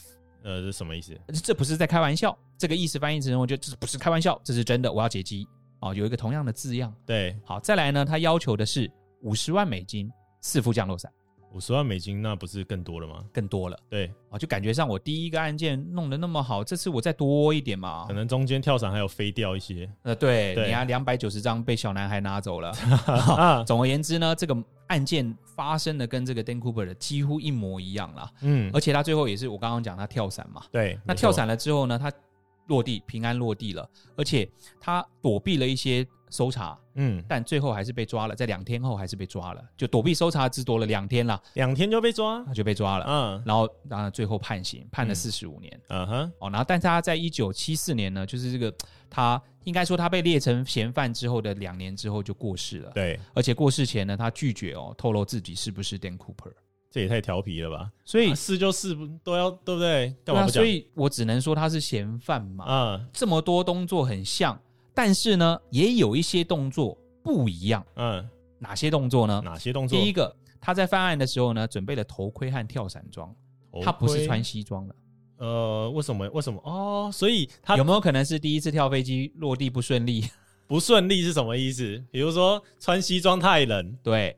Speaker 2: 呃，是什么意思？
Speaker 1: 这不是在开玩笑，这个意思翻译成我觉得这不是开玩笑，这是真的，我要劫机哦，有一个同样的字样。
Speaker 2: 对，
Speaker 1: 好，再来呢，他要求的是五十万美金，四副降落伞，
Speaker 2: 五十万美金，那不是更多了吗？
Speaker 1: 更多了。
Speaker 2: 对，
Speaker 1: 啊，就感觉上我第一个案件弄得那么好，这次我再多一点嘛
Speaker 2: 可。能中间跳伞还有飞掉一些
Speaker 1: 呃，对，
Speaker 2: 对
Speaker 1: 你看两百九十张被小男孩拿走了。
Speaker 2: <laughs> 啊，
Speaker 1: 总而言之呢，这个案件发生的跟这个 Dan Cooper 的几乎一模一样啦。
Speaker 2: 嗯，
Speaker 1: 而且他最后也是我刚刚讲他跳伞嘛，
Speaker 2: 对，
Speaker 1: 呃那
Speaker 2: 没错
Speaker 1: 跳伞了之后呢，他落地平安落地了，而且他躲避了一些搜查，
Speaker 2: 嗯，
Speaker 1: 但最后还是被抓了，在两天后还是被抓了，就躲避搜查只躲了两天啦，
Speaker 2: 两天就被抓，
Speaker 1: 他就被抓了。
Speaker 2: 嗯
Speaker 1: 然后，当然最后判刑，判了
Speaker 2: 嗯
Speaker 1: 四十五年。
Speaker 2: 嗯哼，
Speaker 1: 哦，然后但是他在一九七四年呢，就是这个他应该说他被列成嫌犯之后的两年之后就过世了，
Speaker 2: 对，
Speaker 1: 而且过世前呢，他拒绝哦透露自己是不是 Dan Cooper，
Speaker 2: 这也太调皮了吧？
Speaker 1: 所以
Speaker 2: 啊是就是不都要对不对？
Speaker 1: 对
Speaker 2: 干嘛
Speaker 1: 啊，
Speaker 2: 不讲
Speaker 1: 所？以我只能说他是嫌犯嘛。
Speaker 2: 嗯
Speaker 1: 这么多动作很像，但是呢，也有一些动作不一样。
Speaker 2: 嗯，
Speaker 1: 哪些动作呢？
Speaker 2: 哪些动作？
Speaker 1: 啊第一个，他在犯案的时候呢，准备了头盔和跳伞装，
Speaker 2: 头盔
Speaker 1: 他不是穿西装的。
Speaker 2: 呃，为什么？为什么？哦，所以他
Speaker 1: 有没有可能是第一次跳飞机落地不顺
Speaker 2: <laughs>
Speaker 1: 利？
Speaker 2: 不顺利是什么意思？比如说穿西装太冷
Speaker 1: 对，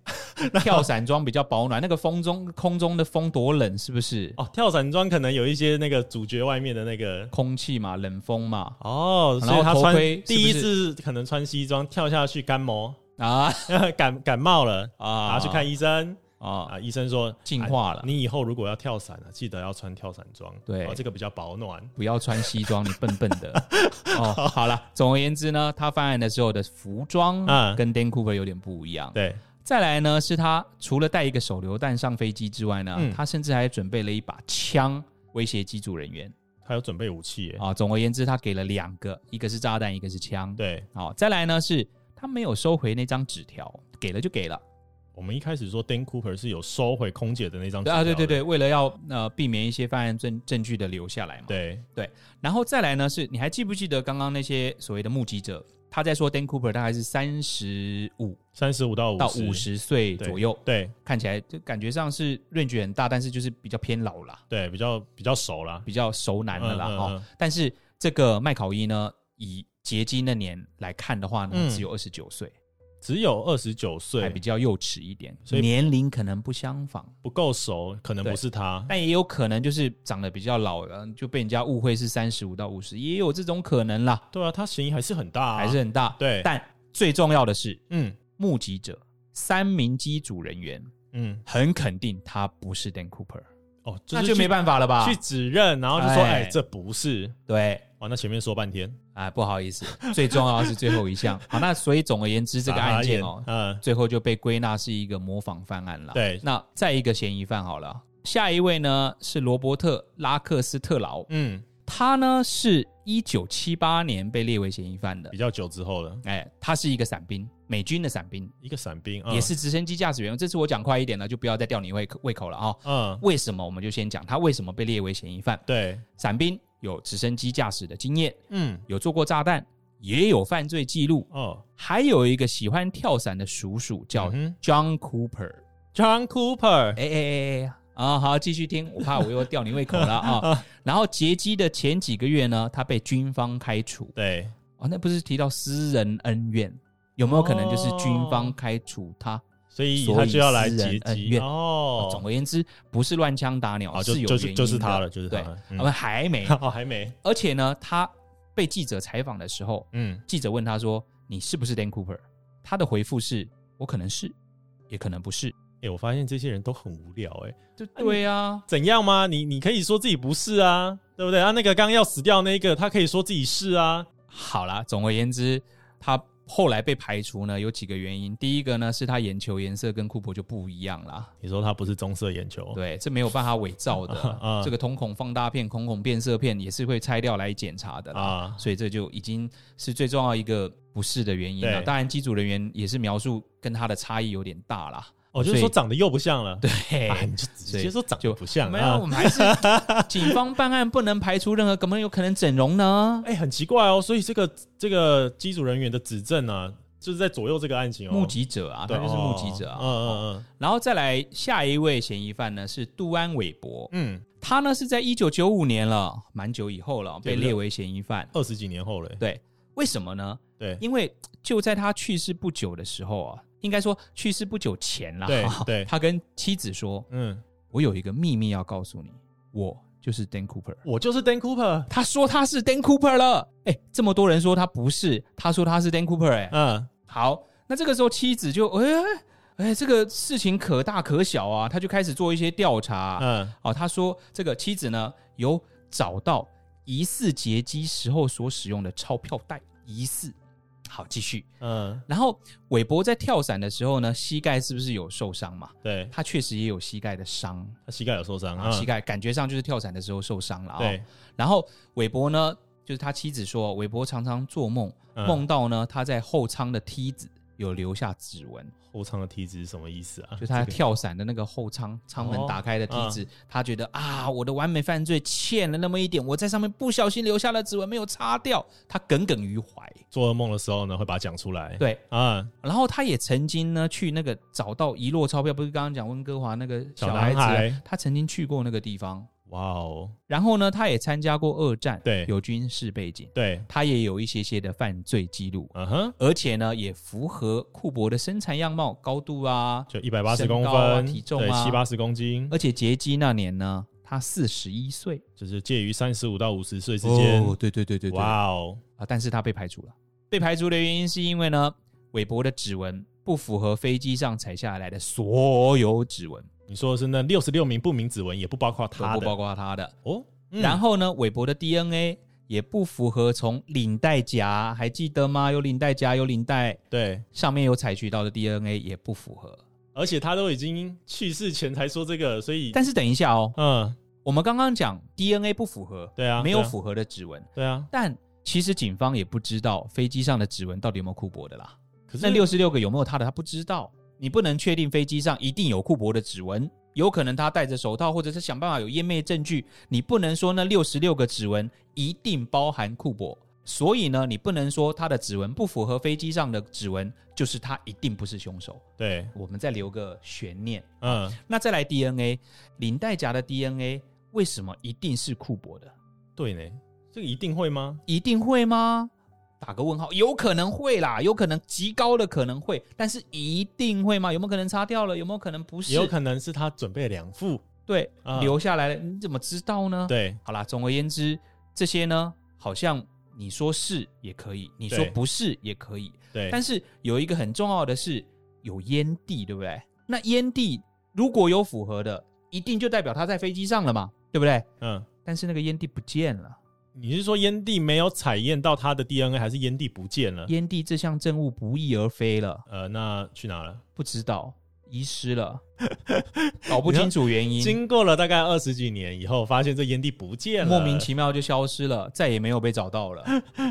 Speaker 1: 跳伞装比较保暖，那个风中空中的风多冷，是不是？
Speaker 2: 哦，跳伞装可能有一些那个主角外面的那个
Speaker 1: 空气嘛，冷风嘛，
Speaker 2: 哦，
Speaker 1: 然后
Speaker 2: 所以他
Speaker 1: 头
Speaker 2: 穿
Speaker 1: 盔是不是
Speaker 2: 第一次可能穿西装跳下去干毛 <laughs>
Speaker 1: 啊
Speaker 2: 感感冒了，
Speaker 1: 啊，
Speaker 2: 然哦后去看医生
Speaker 1: 啊，
Speaker 2: 啊，医生说
Speaker 1: 进
Speaker 2: 啊
Speaker 1: 化了，
Speaker 2: 你以后如果要跳伞啊，记得要穿跳伞装，
Speaker 1: 对
Speaker 2: 哦这个比较保暖。
Speaker 1: 不要穿西装，你笨笨的。
Speaker 2: <laughs>
Speaker 1: 哦， <laughs> 好了，总而言之呢，他犯案的时候的服装
Speaker 2: 嗯
Speaker 1: 跟 Dan Cooper 有点不一样。
Speaker 2: 对，
Speaker 1: 再来呢，是他除了带一个手榴弹上飞机之外呢，
Speaker 2: 嗯
Speaker 1: 他甚至还准备了一把枪威胁机组人员
Speaker 2: 他有准备武器耶，
Speaker 1: 啊、总而言之，他给了两个，一个是炸弹，一个是枪。
Speaker 2: 对
Speaker 1: 好、再来呢是他没有收回那张纸条，给了就给了。
Speaker 2: 我们一开始说 Dan Cooper 是有收回空姐的那张纸
Speaker 1: 对啊，
Speaker 2: 条
Speaker 1: 对
Speaker 2: 的
Speaker 1: 对对，为了要呃避免一些犯案证证据的留下来嘛。
Speaker 2: 对，
Speaker 1: 然后再来呢，是你还记不记得刚刚那些所谓的目击者，他在说 Dan Cooper 大概是三十五
Speaker 2: 三十五到五
Speaker 1: 到五，十岁左右，
Speaker 2: 对
Speaker 1: 看起来就感觉上是 range 很大，但是就是比较偏老啦，
Speaker 2: 对，比较比较熟啦，
Speaker 1: 比较熟男了啦
Speaker 2: 嗯嗯
Speaker 1: 哦。
Speaker 2: 嗯
Speaker 1: 但是这个麦考伊呢，以结晶那年来看的话呢，
Speaker 2: 嗯
Speaker 1: 只有二十九岁，
Speaker 2: 只有二十九
Speaker 1: 还
Speaker 2: 岁
Speaker 1: 比，较幼齿一点，
Speaker 2: 所以
Speaker 1: 年龄可能不相仿。
Speaker 2: 不够熟，可能
Speaker 1: 对
Speaker 2: 不是他。
Speaker 1: 但也有可能就是长得比较老了，就被人家误会是三十五到五十，也有这种可能啦，
Speaker 2: 对啊，他嫌疑还是很大啊，
Speaker 1: 还是很大。
Speaker 2: 对
Speaker 1: 但最重要的是，
Speaker 2: 嗯
Speaker 1: 目击者三名机组人员
Speaker 2: 嗯
Speaker 1: 很肯定他不是 Dan Cooper，、
Speaker 2: 哦，
Speaker 1: 那
Speaker 2: 是
Speaker 1: 就
Speaker 2: 去
Speaker 1: 没办法了吧
Speaker 2: 去？指认，然后就说
Speaker 1: 哎
Speaker 2: 哎，这不是
Speaker 1: 对，
Speaker 2: 哦，那前面说半天
Speaker 1: 啊，不好意思，最重要的是最后一
Speaker 2: <laughs>
Speaker 1: 项。好，那所以总而言之，这个案件哦，
Speaker 2: 眨眼嗯，
Speaker 1: 最后就被归纳是一个模仿犯案了。，
Speaker 2: 对，
Speaker 1: 那再一个嫌疑犯好了，下一位呢是罗伯特·拉克斯特劳，
Speaker 2: 嗯，
Speaker 1: 他呢是一九七八年被列为嫌疑犯的
Speaker 2: 比。较久之后了，
Speaker 1: 哎，他是一个伞兵，美军的伞兵，
Speaker 2: 一个伞兵嗯
Speaker 1: 也，是直升机驾驶员。这次我讲快一点了，就不要再吊你胃口胃口了啊、哦。
Speaker 2: 嗯嗯，
Speaker 1: 为什么？我们就先讲他为什么被列为嫌疑犯。
Speaker 2: 对，
Speaker 1: 伞兵有直升机驾驶的经验，
Speaker 2: 嗯，
Speaker 1: 有做过炸弹，也有犯罪记录，
Speaker 2: 哦
Speaker 1: 还有一个喜欢跳伞的叔叔叫
Speaker 2: 嗯哼
Speaker 1: John Cooper。
Speaker 2: ，John
Speaker 1: 哎哎
Speaker 2: Cooper，
Speaker 1: 哎哎啊！好，继续听，我怕我又吊你胃口了
Speaker 2: <laughs>
Speaker 1: 啊。然后劫机的前几个月呢，他被军方开除。
Speaker 2: 对，
Speaker 1: 哦，那不是提到私人恩怨，有没有可能就是军
Speaker 2: 哦
Speaker 1: 方开除他？
Speaker 2: 所以
Speaker 1: 所以
Speaker 2: 他就要来
Speaker 1: 私人
Speaker 2: 劫
Speaker 1: 恩
Speaker 2: 机
Speaker 1: 怨
Speaker 2: 哦，
Speaker 1: 总而言之，不是乱枪打鸟，
Speaker 2: 哦，就是
Speaker 1: 有
Speaker 2: 就
Speaker 1: 原
Speaker 2: 是
Speaker 1: 因
Speaker 2: 就是他
Speaker 1: 的
Speaker 2: 了，就是他
Speaker 1: 对，
Speaker 2: 了，
Speaker 1: 我
Speaker 2: 嗯。
Speaker 1: 们还没
Speaker 2: <laughs> 哦，还没，
Speaker 1: 而且呢，他被记者采访的时候，
Speaker 2: 嗯，
Speaker 1: 记者问他说：“你是不是 Dan Cooper？” 他的回复是：“我可能是，也可能不是。
Speaker 2: 哎，我发现这些人都很无聊，哎，”
Speaker 1: 就对啊，
Speaker 2: 怎样吗？你你可以说自己不是啊，对不对？啊，那个刚要死掉那个，他可以说自己是啊，
Speaker 1: 好啦，总而言之，他后来被排除呢，有几个原因。第一个呢，是他眼球颜色跟库珀就不一样啦，
Speaker 2: 你说他不是棕色眼球，
Speaker 1: 对，这没有办法伪造的
Speaker 2: 哦 <laughs> 啊。
Speaker 1: 这个瞳孔放大片、瞳孔变色片也是会拆掉来检查的啦。
Speaker 2: 啊，
Speaker 1: 所以这就已经是最重要一个不适的原因了。
Speaker 2: 对
Speaker 1: 当然，机组人员也是描述跟他的差异有点大啦。
Speaker 2: 哦，就
Speaker 1: 所
Speaker 2: 是
Speaker 1: 以
Speaker 2: 说长得又不像了，对，
Speaker 1: 嘿
Speaker 2: 啊，你就直接说长得
Speaker 1: 就
Speaker 2: 不像
Speaker 1: 没有，我
Speaker 2: 啊，
Speaker 1: 们还是警方办案不能排除任何可能有可能整容呢。
Speaker 2: 哎，很奇怪哦，所以这个这个机组人员的指证啊，就是在左右这个案情哦，
Speaker 1: 目击者啊，
Speaker 2: 对
Speaker 1: 他就是目击者啊。
Speaker 2: 哦
Speaker 1: 然后再来下一位嫌疑犯呢是杜安韦伯，
Speaker 2: 嗯嗯嗯嗯，
Speaker 1: 他呢是在一九九五年了，蛮久以后了，
Speaker 2: 对
Speaker 1: 被
Speaker 2: 不对
Speaker 1: 列为嫌疑犯。
Speaker 2: 二十几年后了，哎
Speaker 1: 对，为什么呢？
Speaker 2: 对
Speaker 1: 因为就在他去世不久的时候啊，应该说去世不久前啦。
Speaker 2: 对
Speaker 1: <laughs>
Speaker 2: 对
Speaker 1: 他跟妻子说
Speaker 2: 嗯，：“
Speaker 1: 我有一个秘密要告诉你，我就是 Dan Cooper。”
Speaker 2: 我就是 Dan Cooper，
Speaker 1: 他说他是 Dan Cooper 了，哎，这么多人说他不是，他说他是 Dan Cooper，哎、
Speaker 2: 嗯，
Speaker 1: 好，那这个时候妻子就哎哎，这个事情可大可小啊，他就开始做一些调查、
Speaker 2: 嗯，
Speaker 1: 哦，他说这个妻子呢有找到疑似劫机时候所使用的钞票袋，疑似。好，继续。
Speaker 2: 嗯，
Speaker 1: 然后韦伯在跳伞的时候呢，膝盖是不是有受伤嘛？
Speaker 2: 对
Speaker 1: 他确实也有膝盖的伤
Speaker 2: 他膝盖有受伤
Speaker 1: 啊，膝盖
Speaker 2: 盖
Speaker 1: 感觉上就是跳伞的时候受伤了啊、
Speaker 2: 嗯对，
Speaker 1: 然后韦伯呢，就是他妻子说，韦伯常常做梦，
Speaker 2: 嗯
Speaker 1: 梦到呢他在后舱的梯子有留下指纹，
Speaker 2: 后舱的梯子是什么意思啊？
Speaker 1: 就他
Speaker 2: 这个
Speaker 1: 跳伞的那个后舱舱门
Speaker 2: 哦
Speaker 1: 打开的梯子，他觉得啊，我的完美犯罪欠了那么一点，我在上面不小心留下了指纹没有擦掉，他耿耿于怀。
Speaker 2: 做噩梦的时候呢，会把它讲出来。
Speaker 1: 对，
Speaker 2: 啊，
Speaker 1: 然后他也曾经呢去那个找到遗落钞票，不是刚刚讲温哥华那个
Speaker 2: 小
Speaker 1: 小孩
Speaker 2: 男
Speaker 1: 子
Speaker 2: 孩
Speaker 1: 啊，他曾经去过那个地方。
Speaker 2: 哇哦，
Speaker 1: 然后呢，他也参加过二战，
Speaker 2: 对
Speaker 1: 有军事背景，
Speaker 2: 对，
Speaker 1: 他也有一些些的犯罪记录，
Speaker 2: 嗯哼，
Speaker 1: 而且呢，也符合库伯的身材样貌、高度啊。
Speaker 2: 就一百八十
Speaker 1: 身
Speaker 2: 公
Speaker 1: 高
Speaker 2: 分，
Speaker 1: 啊体重
Speaker 2: 对，
Speaker 1: 啊
Speaker 2: 七八十公斤，
Speaker 1: 而且劫机那年呢，他四十一岁
Speaker 2: 就是介于三十五到五十岁之间。
Speaker 1: 哦，对对对对对，啊！
Speaker 2: 哇哦，
Speaker 1: 但是他被排除了。被排除的原因是因为呢，韦伯的指纹不符合飞机上采下来的所有指纹，
Speaker 2: 你说的是那六十六名不明指纹，也不包括
Speaker 1: 都
Speaker 2: 他
Speaker 1: 不包
Speaker 2: 的
Speaker 1: 括他的。
Speaker 2: 哦。嗯
Speaker 1: 然后呢，韦伯的 DNA 也不符合从领带夹，还记得吗？有领带夹，有领带
Speaker 2: 对，
Speaker 1: 上面有采取到的 DNA 也不符合。
Speaker 2: 而且他都已经去世前才说这个，所以
Speaker 1: 但是等一下哦，
Speaker 2: 嗯，
Speaker 1: 我们刚刚讲 DNA 不符合，
Speaker 2: 对啊，
Speaker 1: 没有
Speaker 2: 对啊
Speaker 1: 符合的指纹，
Speaker 2: 对啊。
Speaker 1: 但其实警方也不知道飞机上的指纹到底有没有库珀的啦。
Speaker 2: 可是
Speaker 1: 那六十六个有没有他的，他不知道。你不能确定飞机上一定有库珀的指纹，有可能他戴着手套，或者是想办法有湮灭证据。你不能说那六十六个指纹一定包含库珀，所以呢，你不能说他的指纹不符合飞机上的指纹，就是他一定不是凶手。
Speaker 2: 对，
Speaker 1: 我们再留个悬念。
Speaker 2: 嗯，
Speaker 1: 那再来 DNA，领带夹的 DNA 为什么一定是库珀的？
Speaker 2: 对呢，这个一定会吗？
Speaker 1: 一定会吗？打个问号，有可能会啦，有可能极高的可能会，但是一定会吗？有没有可能擦掉了？有没有可能不是？
Speaker 2: 也有可能是他准备两副。
Speaker 1: 对、
Speaker 2: 啊
Speaker 1: 留下来了，你怎么知道呢？，
Speaker 2: 对，
Speaker 1: 好啦，总而言之，这些呢，好像你说是也可以，你说
Speaker 2: 对
Speaker 1: 不是也可以，
Speaker 2: 对，
Speaker 1: 但是有一个很重要的是有烟蒂，对不对？那烟蒂如果有符合的，一定就代表他在飞机上了嘛，对不对？
Speaker 2: 嗯，
Speaker 1: 但是那个烟蒂不见了，
Speaker 2: 你是说烟蒂没有采验到他的 DNA，还是烟蒂不见了？
Speaker 1: 烟蒂这项证物不翼而飞了。
Speaker 2: 呃，那去哪了？
Speaker 1: 不知道，遗失
Speaker 2: <laughs>
Speaker 1: 了，搞不清楚原因，
Speaker 2: 经过了大概二十几年以后，发现这烟蒂不见了，
Speaker 1: 莫名其妙就消失了，再也没有被找到了。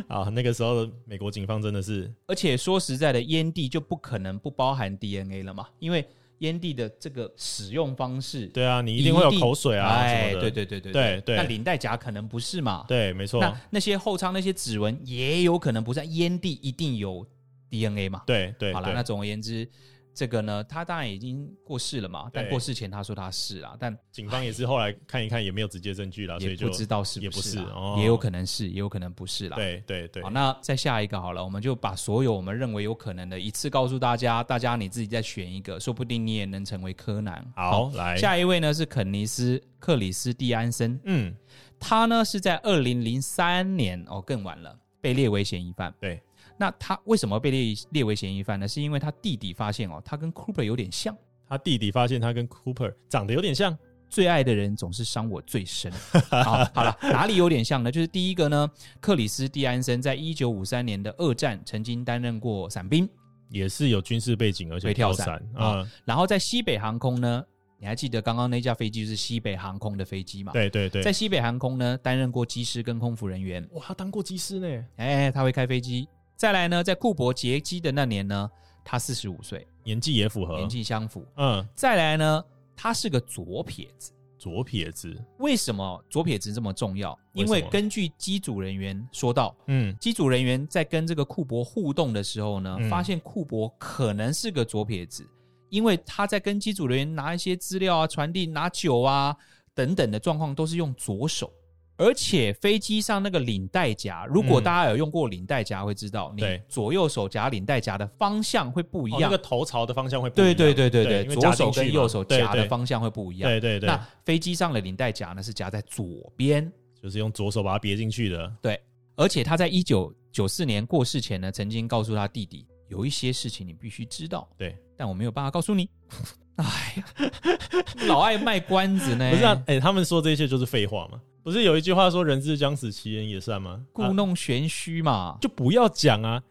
Speaker 2: 啊！那个时候的美国警方真的是
Speaker 1: 而且说实在的，烟蒂就不可能不包含 DNA 了嘛，因为烟蒂的这个使用方式，
Speaker 2: 对啊，你一定会有
Speaker 1: 一定
Speaker 2: 口水啊什
Speaker 1: 哎，
Speaker 2: 么的，
Speaker 1: 对对对对
Speaker 2: 对对
Speaker 1: 那领带夹可能不是嘛？
Speaker 2: 对没错，
Speaker 1: 那那些后舱那些指纹也有可能不是，烟蒂一定有 DNA 嘛？
Speaker 2: 对对
Speaker 1: 好了，
Speaker 2: 对
Speaker 1: 那总而言之。这个呢，他当然已经过世了嘛，但
Speaker 2: 对
Speaker 1: 过世前他说他是啦，但
Speaker 2: 警方也是后来看一看，也没有直接证据了，所
Speaker 1: 也
Speaker 2: 以就
Speaker 1: 不知道是
Speaker 2: 也
Speaker 1: 不
Speaker 2: 不
Speaker 1: 是
Speaker 2: 是
Speaker 1: 啦，
Speaker 2: 哦
Speaker 1: 也有可能是，也有可能不是啦。，
Speaker 2: 对对对
Speaker 1: 好，，那再下一个好了，我们就把所有我们认为有可能的一次告诉大家，大家你自己再选一个，说不定你也能成为柯南。
Speaker 2: 好，来，
Speaker 1: 下一位呢是肯尼斯·克里斯蒂安森，
Speaker 2: 嗯，
Speaker 1: 他呢是在二零零三年哦，更晚了，被列为嫌疑犯。
Speaker 2: 对，
Speaker 1: 那他为什么被列列为嫌疑犯呢？是因为他弟弟发现哦，他跟 Cooper 有点像。
Speaker 2: 他弟弟发现他跟 Cooper 长得有点像，
Speaker 1: 最爱的人总是伤我最深。
Speaker 2: <laughs>
Speaker 1: 好，好了，哪里有点像呢？就是第一个呢，克里斯蒂安森在一九五三年的二战曾经担任过伞兵，
Speaker 2: 也是有军事背景，而且
Speaker 1: 会跳伞
Speaker 2: 伞啊，
Speaker 1: 然后在西北航空呢，你还记得刚刚那架飞机就是西北航空的飞机嘛？，
Speaker 2: 对对对
Speaker 1: 啊在，西北航空呢担任过机师跟空服人员，
Speaker 2: 哇，他当过机师呢，
Speaker 1: 哎，他会开飞机。再来呢，在库珀劫机的那年呢，他四十五岁，
Speaker 2: 年纪也符合，
Speaker 1: 年纪相符。
Speaker 2: 嗯，
Speaker 1: 再来呢，他是个左撇子。
Speaker 2: 左撇子，
Speaker 1: 为什么左撇子这么重要？因
Speaker 2: 为
Speaker 1: 为
Speaker 2: 什么
Speaker 1: 根据机组人员说到，
Speaker 2: 嗯，
Speaker 1: 机组人员在跟这个库珀互动的时候呢，
Speaker 2: 嗯
Speaker 1: 发现库珀可能是个左撇子，因为他在跟机组人员拿一些资料啊、传递、拿酒啊等等的状况都是用左手。而且飞机上那个领带夹，如果
Speaker 2: 嗯
Speaker 1: 大家有用过领带夹，会知道你
Speaker 2: 对
Speaker 1: 左右手夹领带夹的方向会不一
Speaker 2: 哦
Speaker 1: 样。
Speaker 2: 那个头朝的方向会不一
Speaker 1: 对
Speaker 2: 样，
Speaker 1: 对对对
Speaker 2: 对，因为
Speaker 1: 左
Speaker 2: 夹
Speaker 1: 手
Speaker 2: 进去
Speaker 1: 跟
Speaker 2: 嘛
Speaker 1: 右手夹的
Speaker 2: 对对
Speaker 1: 方向会不一样。
Speaker 2: 对对对，
Speaker 1: 那飞机上的领带夹呢是夹在左边，
Speaker 2: 就是用左手把它别进去的，
Speaker 1: 而且他在一九九四年过世前呢，曾经告诉他弟弟，有一些事情你必须知道，
Speaker 2: 对，
Speaker 1: 但我没有办法告诉你。 <laughs> 哎呀，老爱卖关子呢，
Speaker 2: <laughs> 不是啊，哎、他们说这些就是废话嘛，不是有一句话说“人之将死，其言也善”吗？
Speaker 1: 故
Speaker 2: 啊
Speaker 1: 弄玄虚嘛。
Speaker 2: 就不要讲啊，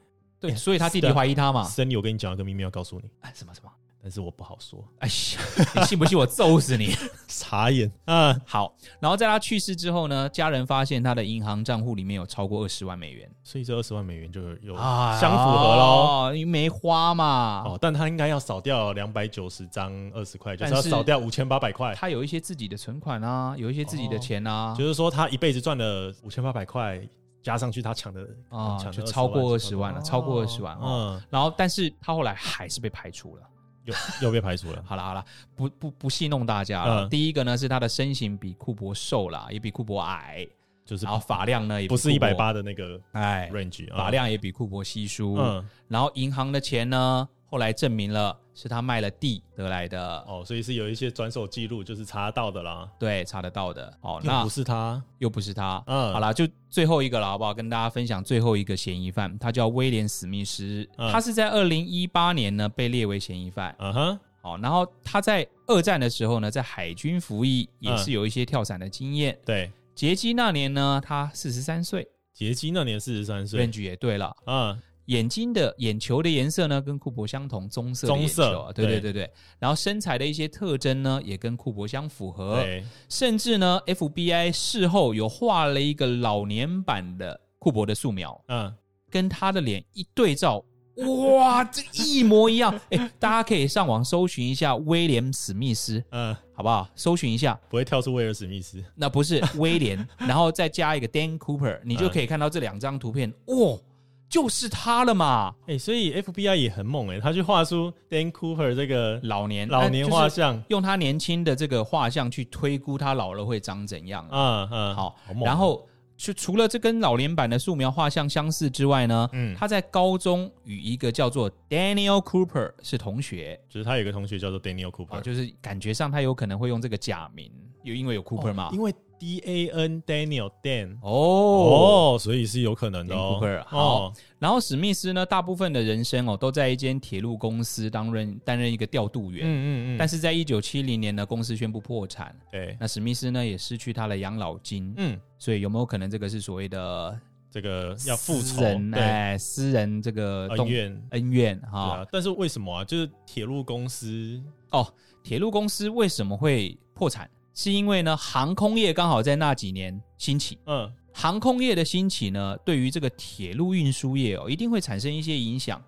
Speaker 1: 对，
Speaker 2: 哎
Speaker 1: 所以他弟弟
Speaker 2: 是啊
Speaker 1: 怀疑他嘛。
Speaker 2: 森、你我跟你讲一个秘密要告诉你，
Speaker 1: 哎什么什么？
Speaker 2: 但是我不好
Speaker 1: <laughs>
Speaker 2: 说。
Speaker 1: 哎呀，你信不信我揍死你？ <laughs>
Speaker 2: 傻眼啊！
Speaker 1: 好，然后在他去世之后呢，家人发现他的银行账户里面有超过二十万美元
Speaker 2: 所以这二十万美元就有有
Speaker 1: 啊
Speaker 2: 哎相符合喽。
Speaker 1: 哦因为没花嘛。
Speaker 2: 哦，但他应该要少掉两百九十张二十块，就
Speaker 1: 但
Speaker 2: 是要
Speaker 1: 是
Speaker 2: 少掉五千八百块。
Speaker 1: 他有一些自己的存款啊，有一些自
Speaker 2: 哦
Speaker 1: 己的钱啊，
Speaker 2: 就是说他一辈子赚了五千八百块，加上去他抢的
Speaker 1: 啊、
Speaker 2: 抢的
Speaker 1: 就
Speaker 2: 20
Speaker 1: 超过二
Speaker 2: 万
Speaker 1: 十万了，超过二十万哦。
Speaker 2: 嗯，
Speaker 1: 然后，但是他后来还是被排除了。
Speaker 2: 又又被排
Speaker 1: <laughs>
Speaker 2: 除了。
Speaker 1: 好啦好啦，不不不戏弄大家了。
Speaker 2: 嗯
Speaker 1: 第一个呢是他的身形比库珀瘦啦，也比库珀矮，
Speaker 2: 就是
Speaker 1: 然后发量呢也比
Speaker 2: 不是
Speaker 1: 库
Speaker 2: 一
Speaker 1: 珀
Speaker 2: 百，八的那个
Speaker 1: 哎，
Speaker 2: range
Speaker 1: 发
Speaker 2: 量，
Speaker 1: 量也比库珀稀疏。
Speaker 2: 嗯，
Speaker 1: 然后银行的钱呢，后来证明了是他卖了地得来的，
Speaker 2: 哦，所以是有一些转手记录就是查到的啦，
Speaker 1: 对，查得到的。哦，
Speaker 2: 又
Speaker 1: 那
Speaker 2: 不是他，
Speaker 1: 又不是他。
Speaker 2: 嗯
Speaker 1: 好啦，就最后一个了，好不好？跟大家分享最后一个嫌疑犯，他叫威廉·史密斯，
Speaker 2: 嗯
Speaker 1: 他是在二零一八年呢被列为嫌疑犯。
Speaker 2: 嗯哼，
Speaker 1: 哦，然后他在二战的时候呢，在海军服役，
Speaker 2: 嗯
Speaker 1: 也是有一些跳伞的经验。
Speaker 2: 对，
Speaker 1: 劫机那年呢，他四十三岁
Speaker 2: 杰基那年四十三岁，
Speaker 1: ，range 也对了。
Speaker 2: 嗯，
Speaker 1: 眼睛的眼球的颜色呢，跟库珀相同，棕色的眼球啊
Speaker 2: 棕色
Speaker 1: 对对
Speaker 2: 对
Speaker 1: 对对。然后身材的一些特征呢，也跟库珀相符合。
Speaker 2: 对，
Speaker 1: 甚至呢，FBI 事后有画了一个老年版的库珀的素描，
Speaker 2: 嗯，
Speaker 1: 跟他的脸一对照，哇，这一模一样。哎，大家可以上网搜寻一下威廉史密斯，
Speaker 2: 嗯，
Speaker 1: 好不好？搜寻一下，
Speaker 2: 不会跳出威尔史密斯，
Speaker 1: 那不
Speaker 2: <laughs>
Speaker 1: 是威廉，然后再加一个 Dan Cooper，你就可以看到这两张图片，
Speaker 2: 嗯
Speaker 1: 哇，就是他了嘛，
Speaker 2: 哎，所以 FBI 也很猛哎，他去画出 Dan Cooper 这个
Speaker 1: 老年哎
Speaker 2: 老年画。像
Speaker 1: 那就是，用他年轻的这个画像去推估他老了会长怎样啊？
Speaker 2: 嗯嗯，
Speaker 1: 好
Speaker 2: 猛，
Speaker 1: 然后就除了这跟老年版的素描画像相似之外呢，
Speaker 2: 嗯
Speaker 1: 他在高中与一个叫做 Daniel Cooper 是同学，
Speaker 2: 就是他有一个同学叫做 Daniel
Speaker 1: 啊，
Speaker 2: Cooper，
Speaker 1: 就是感觉上他有可能会用这个假名，有因为有 Cooper 嘛
Speaker 2: 哦因，为 D A N Daniel Dan。
Speaker 1: 哦，
Speaker 2: 哦，所以是有可能的哦。
Speaker 1: Dan Cooper，
Speaker 2: 哦，
Speaker 1: 然后史密斯呢，大部分的人生哦都在一间铁路公司担任担任一个调度员，
Speaker 2: 嗯嗯嗯，
Speaker 1: 但是在一九七零年呢，公司宣布破产，
Speaker 2: 对，
Speaker 1: 那史密斯呢也失去他的养老金，
Speaker 2: 嗯，
Speaker 1: 所以有没有可能这个是所谓的
Speaker 2: 这个要复
Speaker 1: 私
Speaker 2: 仇，
Speaker 1: 人
Speaker 2: 对，
Speaker 1: 哎，私人这个
Speaker 2: 恩
Speaker 1: 动
Speaker 2: 怨，
Speaker 1: 恩怨
Speaker 2: 对
Speaker 1: 哈、
Speaker 2: 啊。但是为什么啊？就是铁路公司
Speaker 1: 哦，铁路公司为什么会破产？是因为呢，航空业刚好在那几年兴起，
Speaker 2: 嗯，
Speaker 1: 航空业的兴起呢，对于这个铁路运输业哦，一定会产生一些影响。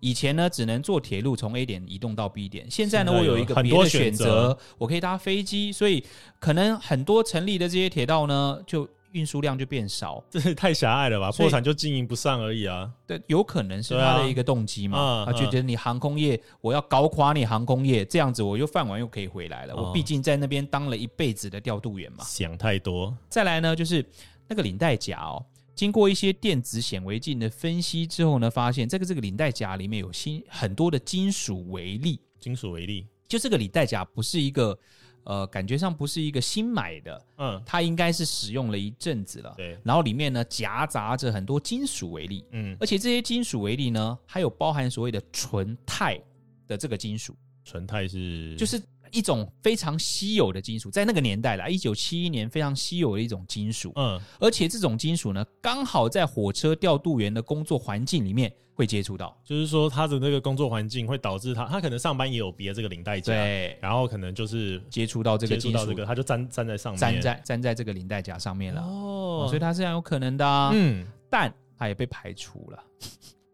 Speaker 1: 以前呢，只能坐铁路从 A 点移动到 B 点，现在呢，
Speaker 2: 现在
Speaker 1: 我有
Speaker 2: 有
Speaker 1: 一个
Speaker 2: 很
Speaker 1: 别
Speaker 2: 多
Speaker 1: 的选
Speaker 2: 选择
Speaker 1: 择，我可以搭飞机，所以可能很多成立的这些铁道呢，就运输量就变少。
Speaker 2: 这也太狭隘了吧？
Speaker 1: 所以
Speaker 2: 破产就经营不上而已啊。
Speaker 1: 对，有可能是
Speaker 2: 对
Speaker 1: 他
Speaker 2: 啊
Speaker 1: 的一个动机嘛，啊
Speaker 2: 嗯
Speaker 1: 他觉
Speaker 2: 嗯
Speaker 1: 得你航空业，我要搞垮你航空业，这样子我又饭碗又可以回来了。我
Speaker 2: 哦
Speaker 1: 毕竟在那边当了一辈子的调度员嘛。
Speaker 2: 想太多，
Speaker 1: 再来呢，就是那个领带夹哦，经过一些电子显微镜的分析之后呢，发现这个这个领带夹里面有新很多的金属微粒，
Speaker 2: 金属为例，
Speaker 1: 就这个领带夹不是一个呃，感觉上不是一个新买的，
Speaker 2: 嗯，
Speaker 1: 它应该是使用了一阵子了。
Speaker 2: 对，
Speaker 1: 然后里面呢夹杂着很多金属微粒，
Speaker 2: 嗯，
Speaker 1: 而且这些金属微粒呢，还有包含所谓的纯钛的这个金属，
Speaker 2: 纯钛是
Speaker 1: 就是一种非常稀有的金属，在那个年代啦，一九七一年非常稀有的一种金属。
Speaker 2: 嗯，
Speaker 1: 而且这种金属呢，刚好在火车调度员的工作环境里面会接触到。
Speaker 2: 就是说他的那个工作环境会导致他，他可能上班也有别这个领带夹，
Speaker 1: 对，
Speaker 2: 然后可能就是
Speaker 1: 接触到这个
Speaker 2: 接触
Speaker 1: 金
Speaker 2: 到这
Speaker 1: 属，
Speaker 2: 个，他就粘粘在上面，
Speaker 1: 粘在粘在这个领带夹上面了，
Speaker 2: 哦
Speaker 1: 哦，所以它是很有可能的、啊。
Speaker 2: 嗯，
Speaker 1: 但它也被排除了。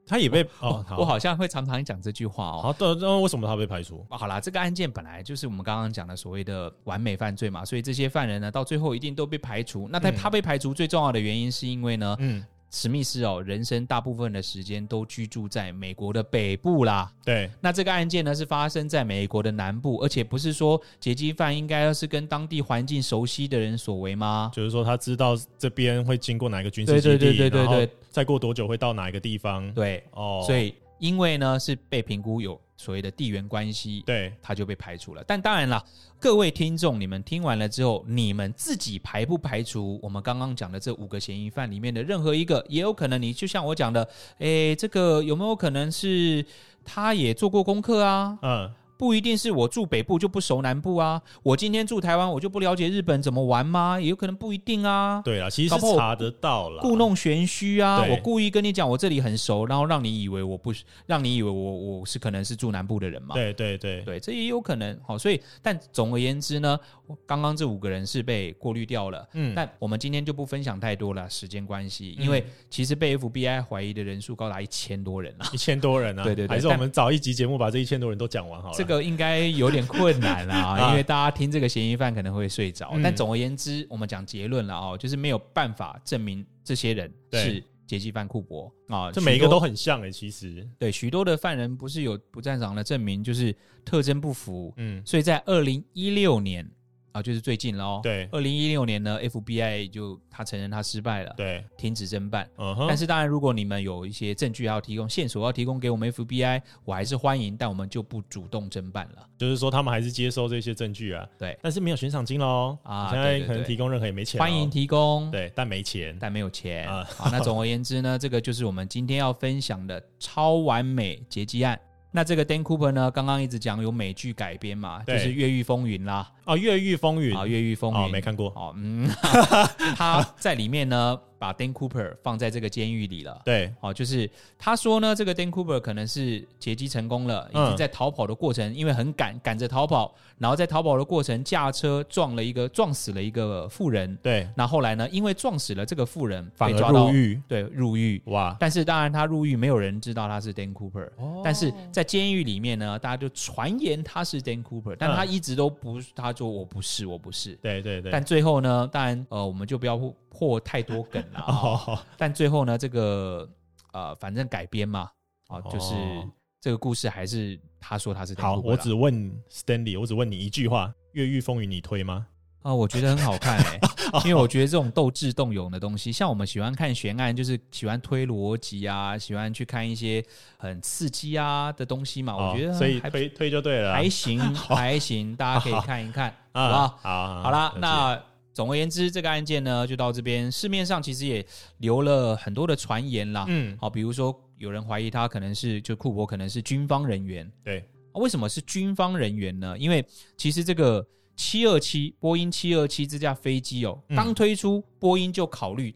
Speaker 2: 他也被哦，
Speaker 1: 我
Speaker 2: 好，
Speaker 1: 好像会常常讲这句话哦。
Speaker 2: 好，对，那为什么他被排除？
Speaker 1: 好啦，这个案件本来就是我们刚刚讲的所谓的完美犯罪嘛，所以这些犯人呢，到最后一定都被排除。那他
Speaker 2: 嗯
Speaker 1: 他被排除最重要的原因，是因为呢，
Speaker 2: 嗯，
Speaker 1: 史密斯哦，人生大部分的时间都居住在美国的北部啦。
Speaker 2: 对，
Speaker 1: 那这个案件呢是发生在美国的南部，而且不是说劫机犯应该要是跟当地环境熟悉的人所为吗？
Speaker 2: 就是说他知道这边会经过哪一个军事基
Speaker 1: 对
Speaker 2: 地，
Speaker 1: 对对对对
Speaker 2: 然后
Speaker 1: 对
Speaker 2: 再过多久会到哪一个地方？
Speaker 1: 对，
Speaker 2: 哦，
Speaker 1: 所以因为呢是被评估有所谓的地缘关系，
Speaker 2: 对，
Speaker 1: 他就被排除了。但当然啦，各位听众，你们听完了之后，你们自己排不排除我们刚刚讲的这五个嫌疑犯里面的任何一个？也有可能你就像我讲的，诶，这个有没有可能是他也做过功课啊？
Speaker 2: 嗯，
Speaker 1: 不一定是我住北部就不熟南部啊，我今天住台湾我就不了解日本怎么玩吗？也有可能不一定啊。
Speaker 2: 对啦，其实
Speaker 1: 搞不好
Speaker 2: 是
Speaker 1: 我
Speaker 2: 查得到啦。
Speaker 1: 故弄玄虚啊！
Speaker 2: 对
Speaker 1: 我故意跟你讲我这里很熟，然后让你以为我不，让你以为我我是可能是住南部的人嘛。
Speaker 2: 对对对，
Speaker 1: 对，这也有可能。好，所以但总而言之呢，我刚刚这五个人是被过滤掉了。
Speaker 2: 嗯，
Speaker 1: 但我们今天就不分享太多了，时间关系，因为其实被 FBI 怀疑的人数高达一千多人啊，
Speaker 2: 一千多人啊，
Speaker 1: 对对对
Speaker 2: 还是我
Speaker 1: 但
Speaker 2: 们找一集节目把这一千多人都讲完好了。
Speaker 1: 这个应该有点困
Speaker 2: <laughs>
Speaker 1: 难
Speaker 2: 啊
Speaker 1: 啊，因为大家听这个嫌疑犯可能会睡着。
Speaker 2: 嗯
Speaker 1: 但总而言之，我们讲结论了哦，就是没有办法证明这些人
Speaker 2: 对
Speaker 1: 是劫机犯库珀啊，
Speaker 2: 这
Speaker 1: 许
Speaker 2: 每一个
Speaker 1: 多
Speaker 2: 都很像哎、其实，
Speaker 1: 对，许多的犯人不是有不在场的证明，就是特征不符，
Speaker 2: 嗯，
Speaker 1: 所以在二零一六年啊，就是最近喽。
Speaker 2: 对
Speaker 1: 二零一六年呢，FBI 就他承认他失败了，
Speaker 2: 对，
Speaker 1: 停止侦办。
Speaker 2: 嗯哼，
Speaker 1: 但是当然，如果你们有一些证据要提供、线索要提供给我们 FBI，我还是欢迎，但我们就不主动侦办了。
Speaker 2: 就是说他们还是接收这些证据啊，
Speaker 1: 对，
Speaker 2: 但是没有悬赏金喽
Speaker 1: 啊
Speaker 2: 你现在
Speaker 1: 对对
Speaker 2: 可能
Speaker 1: 对
Speaker 2: 提供任何也没钱、
Speaker 1: 欢迎，提供，
Speaker 2: 对，但没钱，
Speaker 1: 但没有钱
Speaker 2: 啊
Speaker 1: 啊。好那总而言之呢，这个就是我们今天要分享的超完美劫机案。那这个 Dan Cooper 呢，刚刚一直讲有美剧改编嘛，就
Speaker 2: 对
Speaker 1: 是《越狱风云》啦，
Speaker 2: 哦，越狱风云
Speaker 1: 啊，《越狱风云》
Speaker 2: 哦，没看过，
Speaker 1: 哦，嗯， <laughs> 他在里面呢，把 Dan Cooper 放在这个监狱里了。
Speaker 2: 对，
Speaker 1: 哦，就是他说呢，这个 Dan Cooper 可能是劫机成功了，
Speaker 2: 嗯
Speaker 1: 以及在逃跑的过程，因为很赶，赶着逃跑，然后在逃跑的过程驾车撞了一个，撞死了一个富人。
Speaker 2: 对，
Speaker 1: 那后来呢，因为撞死了这个富人，
Speaker 2: 反
Speaker 1: 被
Speaker 2: 而
Speaker 1: 抓到
Speaker 2: 入狱，
Speaker 1: 对入狱。
Speaker 2: 哇，
Speaker 1: 但是当然他入狱，没有人知道他是 Dan Cooper。但哦
Speaker 2: 哦
Speaker 1: 是在监狱里面呢，大家就传言他是 Dan Cooper，但他一直都不，他说我不是，我不是。
Speaker 2: 对嗯对对，
Speaker 1: 但最后呢，当然呃，我们就不要破破太多梗
Speaker 2: <laughs>
Speaker 1: 了、哦。
Speaker 2: 哦，
Speaker 1: 但最后呢，这个呃，反正改编嘛，哦，就是
Speaker 2: 哦
Speaker 1: 这个故事还是他说他是
Speaker 2: 好，
Speaker 1: Dan Cooper
Speaker 2: 我
Speaker 1: 啦
Speaker 2: 只问 Stanley，我只问你一句话，越狱风云你推吗？
Speaker 1: 啊、我觉得很好看
Speaker 2: <laughs>
Speaker 1: 哎、因为我觉得这种斗智斗勇的东西，像我们喜欢看悬案，就是喜欢推逻辑啊，喜欢去看一些很刺激啊的东西嘛。
Speaker 2: 哦
Speaker 1: 我觉得
Speaker 2: 所以
Speaker 1: 还
Speaker 2: 推推就对了啊，
Speaker 1: 还行，
Speaker 2: <laughs>
Speaker 1: 还行，大家可以看一看，好不
Speaker 2: 啊，
Speaker 1: 好？
Speaker 2: 好 <laughs> 好
Speaker 1: 好啦，
Speaker 2: 解
Speaker 1: 那总而言之，这个案件呢就到这边。市面上其实也留了很多的传言啦，
Speaker 2: 嗯，
Speaker 1: 好，比如说有人怀疑他可能是就库珀可能是军方人员。
Speaker 2: 对，
Speaker 1: 啊为什么是军方人员呢？因为其实这个七二七波音七二七这架飞机哦，
Speaker 2: 嗯
Speaker 1: 刚推出，波音就考虑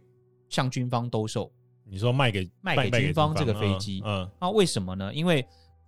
Speaker 1: 向军方兜售。
Speaker 2: 你说卖给
Speaker 1: 卖给军方这个飞机
Speaker 2: 嗯，嗯
Speaker 1: 啊，为什么呢？因为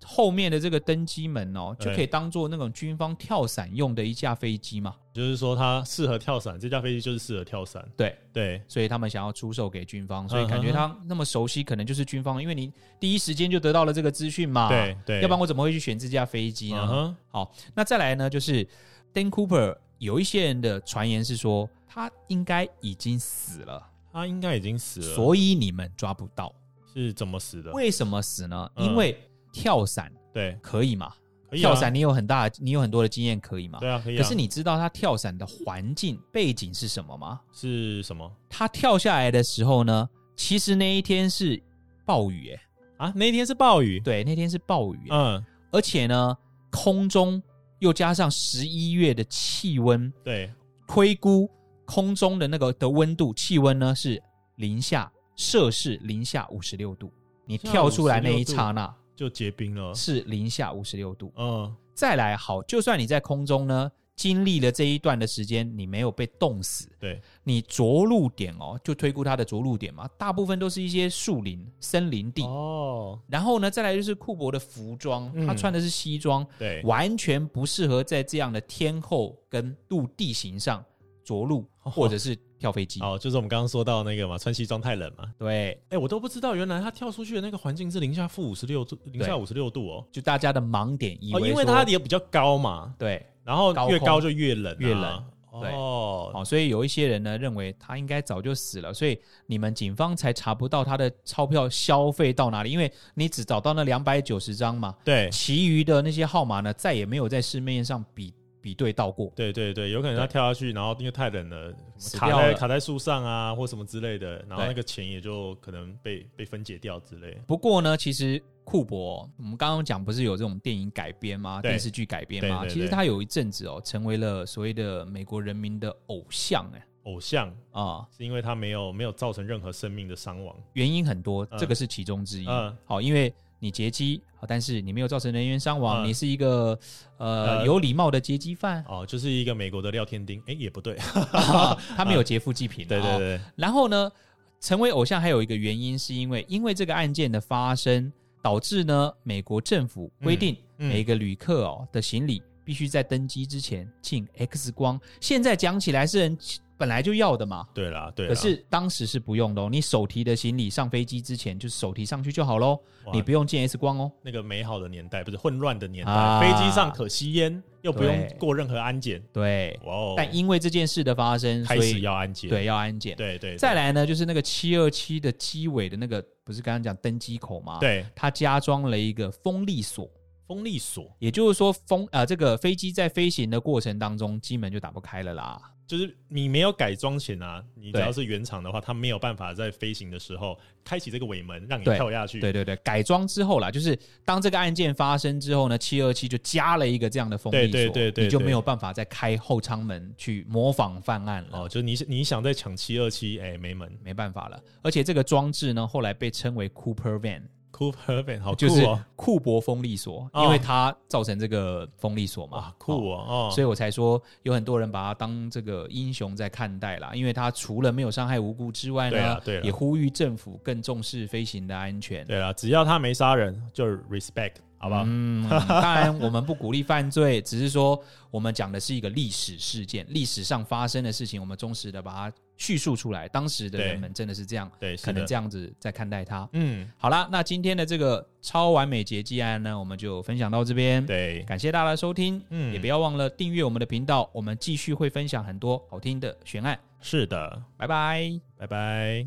Speaker 1: 后面的这个登机门哦，就
Speaker 2: 对
Speaker 1: 可以当做那种军方跳伞用的一架飞机嘛。
Speaker 2: 就是说它适合跳伞，这架飞机就是适合跳伞，
Speaker 1: 对，
Speaker 2: 对，
Speaker 1: 所以他们想要出售给军方，所以
Speaker 2: 嗯
Speaker 1: 感觉他那么熟悉，可能就是军方，因为你第一时间就得到了这个资讯嘛。
Speaker 2: 对对，
Speaker 1: 啊要不然我怎么会去选这架飞机呢
Speaker 2: 嗯？哼
Speaker 1: 那再来呢，就是 Dan Cooper 有一些人的传言是说他应该已经死了，
Speaker 2: 他应该已经死了，
Speaker 1: 所以你们抓不到。
Speaker 2: 是怎么死的？
Speaker 1: 为什么死呢？
Speaker 2: 嗯
Speaker 1: 因为跳伞
Speaker 2: 对，
Speaker 1: 可以嘛？
Speaker 2: 可以啊
Speaker 1: 跳伞你有很大的，你有很多的经验可以嘛？
Speaker 2: 对啊，可以啊。
Speaker 1: 可是你知道他跳伞的环境背景是什么吗？
Speaker 2: 是什么
Speaker 1: 他跳下来的时候呢，其实那一天是暴雨、欸，
Speaker 2: 啊？那天是暴雨，
Speaker 1: 对，那天是暴雨、欸
Speaker 2: 嗯，
Speaker 1: 而且呢，空中又加上十一月的气温，
Speaker 2: 对，
Speaker 1: 推估空中的那个的温度气温呢是零下摄氏零下五十六度，你跳出来那一刹那
Speaker 2: 就结冰了。
Speaker 1: 是零下五十六度。
Speaker 2: 嗯，
Speaker 1: 再来好，就算你在空中呢经历了这一段的时间，你没有被冻死，
Speaker 2: 对，
Speaker 1: 你着陆点哦，就推估它的着陆点嘛，大部分都是一些树林、森林地。
Speaker 2: 哦，
Speaker 1: 然后呢，再来就是库珀的服装，
Speaker 2: 嗯
Speaker 1: 他穿的是西装，
Speaker 2: 对，
Speaker 1: 完全不适合在这样的天候跟陆地形上着陆或者是跳飞机。
Speaker 2: 哦，就是我们刚刚说到那个嘛，穿西装太冷嘛。
Speaker 1: 对，
Speaker 2: 哎，我都不知道，原来他跳出去的那个环境是零下负五十六度，零下五十六度哦。
Speaker 1: 就大家的盲点以
Speaker 2: 哦，
Speaker 1: 为说、
Speaker 2: 因为它也比较高嘛，
Speaker 1: 对，
Speaker 2: 然后
Speaker 1: 高
Speaker 2: 越
Speaker 1: 空
Speaker 2: 高就越冷啊，
Speaker 1: 越冷对
Speaker 2: 哦，
Speaker 1: 哦，所以有一些人呢认为他应该早就死了，所以你们警方才查不到他的钞票消费到哪里，因为你只找到那两百九十张嘛，
Speaker 2: 对，
Speaker 1: 其余的那些号码呢再也没有在市面上比比对到过。
Speaker 2: 对对对，有可能他
Speaker 1: 对
Speaker 2: 跳下去，然后因为太冷了，什
Speaker 1: 死
Speaker 2: 么卡
Speaker 1: 掉
Speaker 2: 在
Speaker 1: 了
Speaker 2: 卡在树上啊，或什么之类的，然后
Speaker 1: 对
Speaker 2: 那个钱也就可能被被分解掉之类。
Speaker 1: 不过呢，其实库珀，我们刚刚讲不是有这种电影改编吗？
Speaker 2: 对
Speaker 1: 电视剧改编吗？
Speaker 2: 对对对
Speaker 1: 其实他有一阵子哦，成为了所谓的美国人民的偶像哎
Speaker 2: 偶像
Speaker 1: 啊、
Speaker 2: 是因为他没有没有造成任何生命的伤亡，
Speaker 1: 原因很多
Speaker 2: 嗯，
Speaker 1: 这个是其中之一。
Speaker 2: 嗯
Speaker 1: 好，因为。你劫机，好但是你没有造成人员伤亡，
Speaker 2: 嗯
Speaker 1: 你是一个呃
Speaker 2: 呃，
Speaker 1: 有礼貌的劫机犯
Speaker 2: <laughs> 哦，就是一个美国的廖天丁，哎、也
Speaker 1: <laughs>
Speaker 2: 不对，
Speaker 1: 啊他没有劫富济贫、啊
Speaker 2: 对对。对，
Speaker 1: 然后呢，成为偶像还有一个原因，是因为因为这个案件的发生，导致呢美国政府规定
Speaker 2: 嗯嗯
Speaker 1: 每个旅客哦的行李必须在登机之前进 X 光。现在讲起来是人本来就要的嘛。
Speaker 2: 对啦，对啦。
Speaker 1: 可
Speaker 2: 啊
Speaker 1: 是当时是不用的哦，你手提的行李上飞机之前就是手提上去就好喽，
Speaker 2: 哇
Speaker 1: 你不用进 X 光哦。
Speaker 2: 那个美好的年代，不是混乱的年代，
Speaker 1: 啊
Speaker 2: 飞机上可吸烟，又不用
Speaker 1: 对
Speaker 2: 过任何安检。
Speaker 1: 对，
Speaker 2: 哇哦！
Speaker 1: 但因为这件事的发生，
Speaker 2: 开
Speaker 1: 所
Speaker 2: 始
Speaker 1: 以
Speaker 2: 要安检，
Speaker 1: 对要安检。
Speaker 2: 对对，
Speaker 1: 再来呢，就是那个七二七的机尾的那个，不是刚刚讲登机口吗？，
Speaker 2: 对
Speaker 1: 它加装了一个啊风力锁，
Speaker 2: 风力锁，
Speaker 1: 也就是说风啊、呃这个飞机在飞行的过程当中，机门就打不开了啦。
Speaker 2: 就是你没有改装前啊，你只
Speaker 1: 对
Speaker 2: 要是原厂的话，它没有办法在飞行的时候开启这个尾门，让你
Speaker 1: 对
Speaker 2: 跳下去。
Speaker 1: 对对对，改装之后啦，就是当这个案件发生之后呢，七二七就加了一个这样的风力锁，
Speaker 2: 对对对对
Speaker 1: 你就没有
Speaker 2: 对
Speaker 1: 办法再开后舱门去模仿犯案了。
Speaker 2: 哦，就是你你想再抢七二七，哎，没门。
Speaker 1: 没办法了，而且这个装置呢，后来被称为 Cooper Van，
Speaker 2: Cooper Van 好酷 <laughs>
Speaker 1: 就是
Speaker 2: 哦，
Speaker 1: 库珀风力锁，
Speaker 2: 哦
Speaker 1: 因为它造成这个风力锁嘛
Speaker 2: 哇，，酷哦，哦，
Speaker 1: 所以我才说有很多人把它当这个英雄在看待啦，因为它除了没有伤害无辜之外呢，
Speaker 2: 对啊对啊
Speaker 1: 也呼吁政府更重视飞行的安全。
Speaker 2: 对啦，啊只要他没杀人，就是 respect，好不好？
Speaker 1: 嗯，当然我们不鼓励犯罪，只是说我们讲的是一个历史事件，历史上发生的事情，我们忠实的把它叙述出来，当时的
Speaker 2: 对
Speaker 1: 人们真的是这样，
Speaker 2: 对，是
Speaker 1: 可能
Speaker 2: 的，
Speaker 1: 这样子在看待它。
Speaker 2: 嗯，
Speaker 1: 好啦，那今天的这个超完美结界案呢，我们就分享到这边。
Speaker 2: 对，
Speaker 1: 感谢大家的收听，
Speaker 2: 嗯
Speaker 1: 也不要忘了订阅我们的频道，我们继续会分享很多好听的悬案。
Speaker 2: 是的，
Speaker 1: 拜拜。
Speaker 2: 拜拜。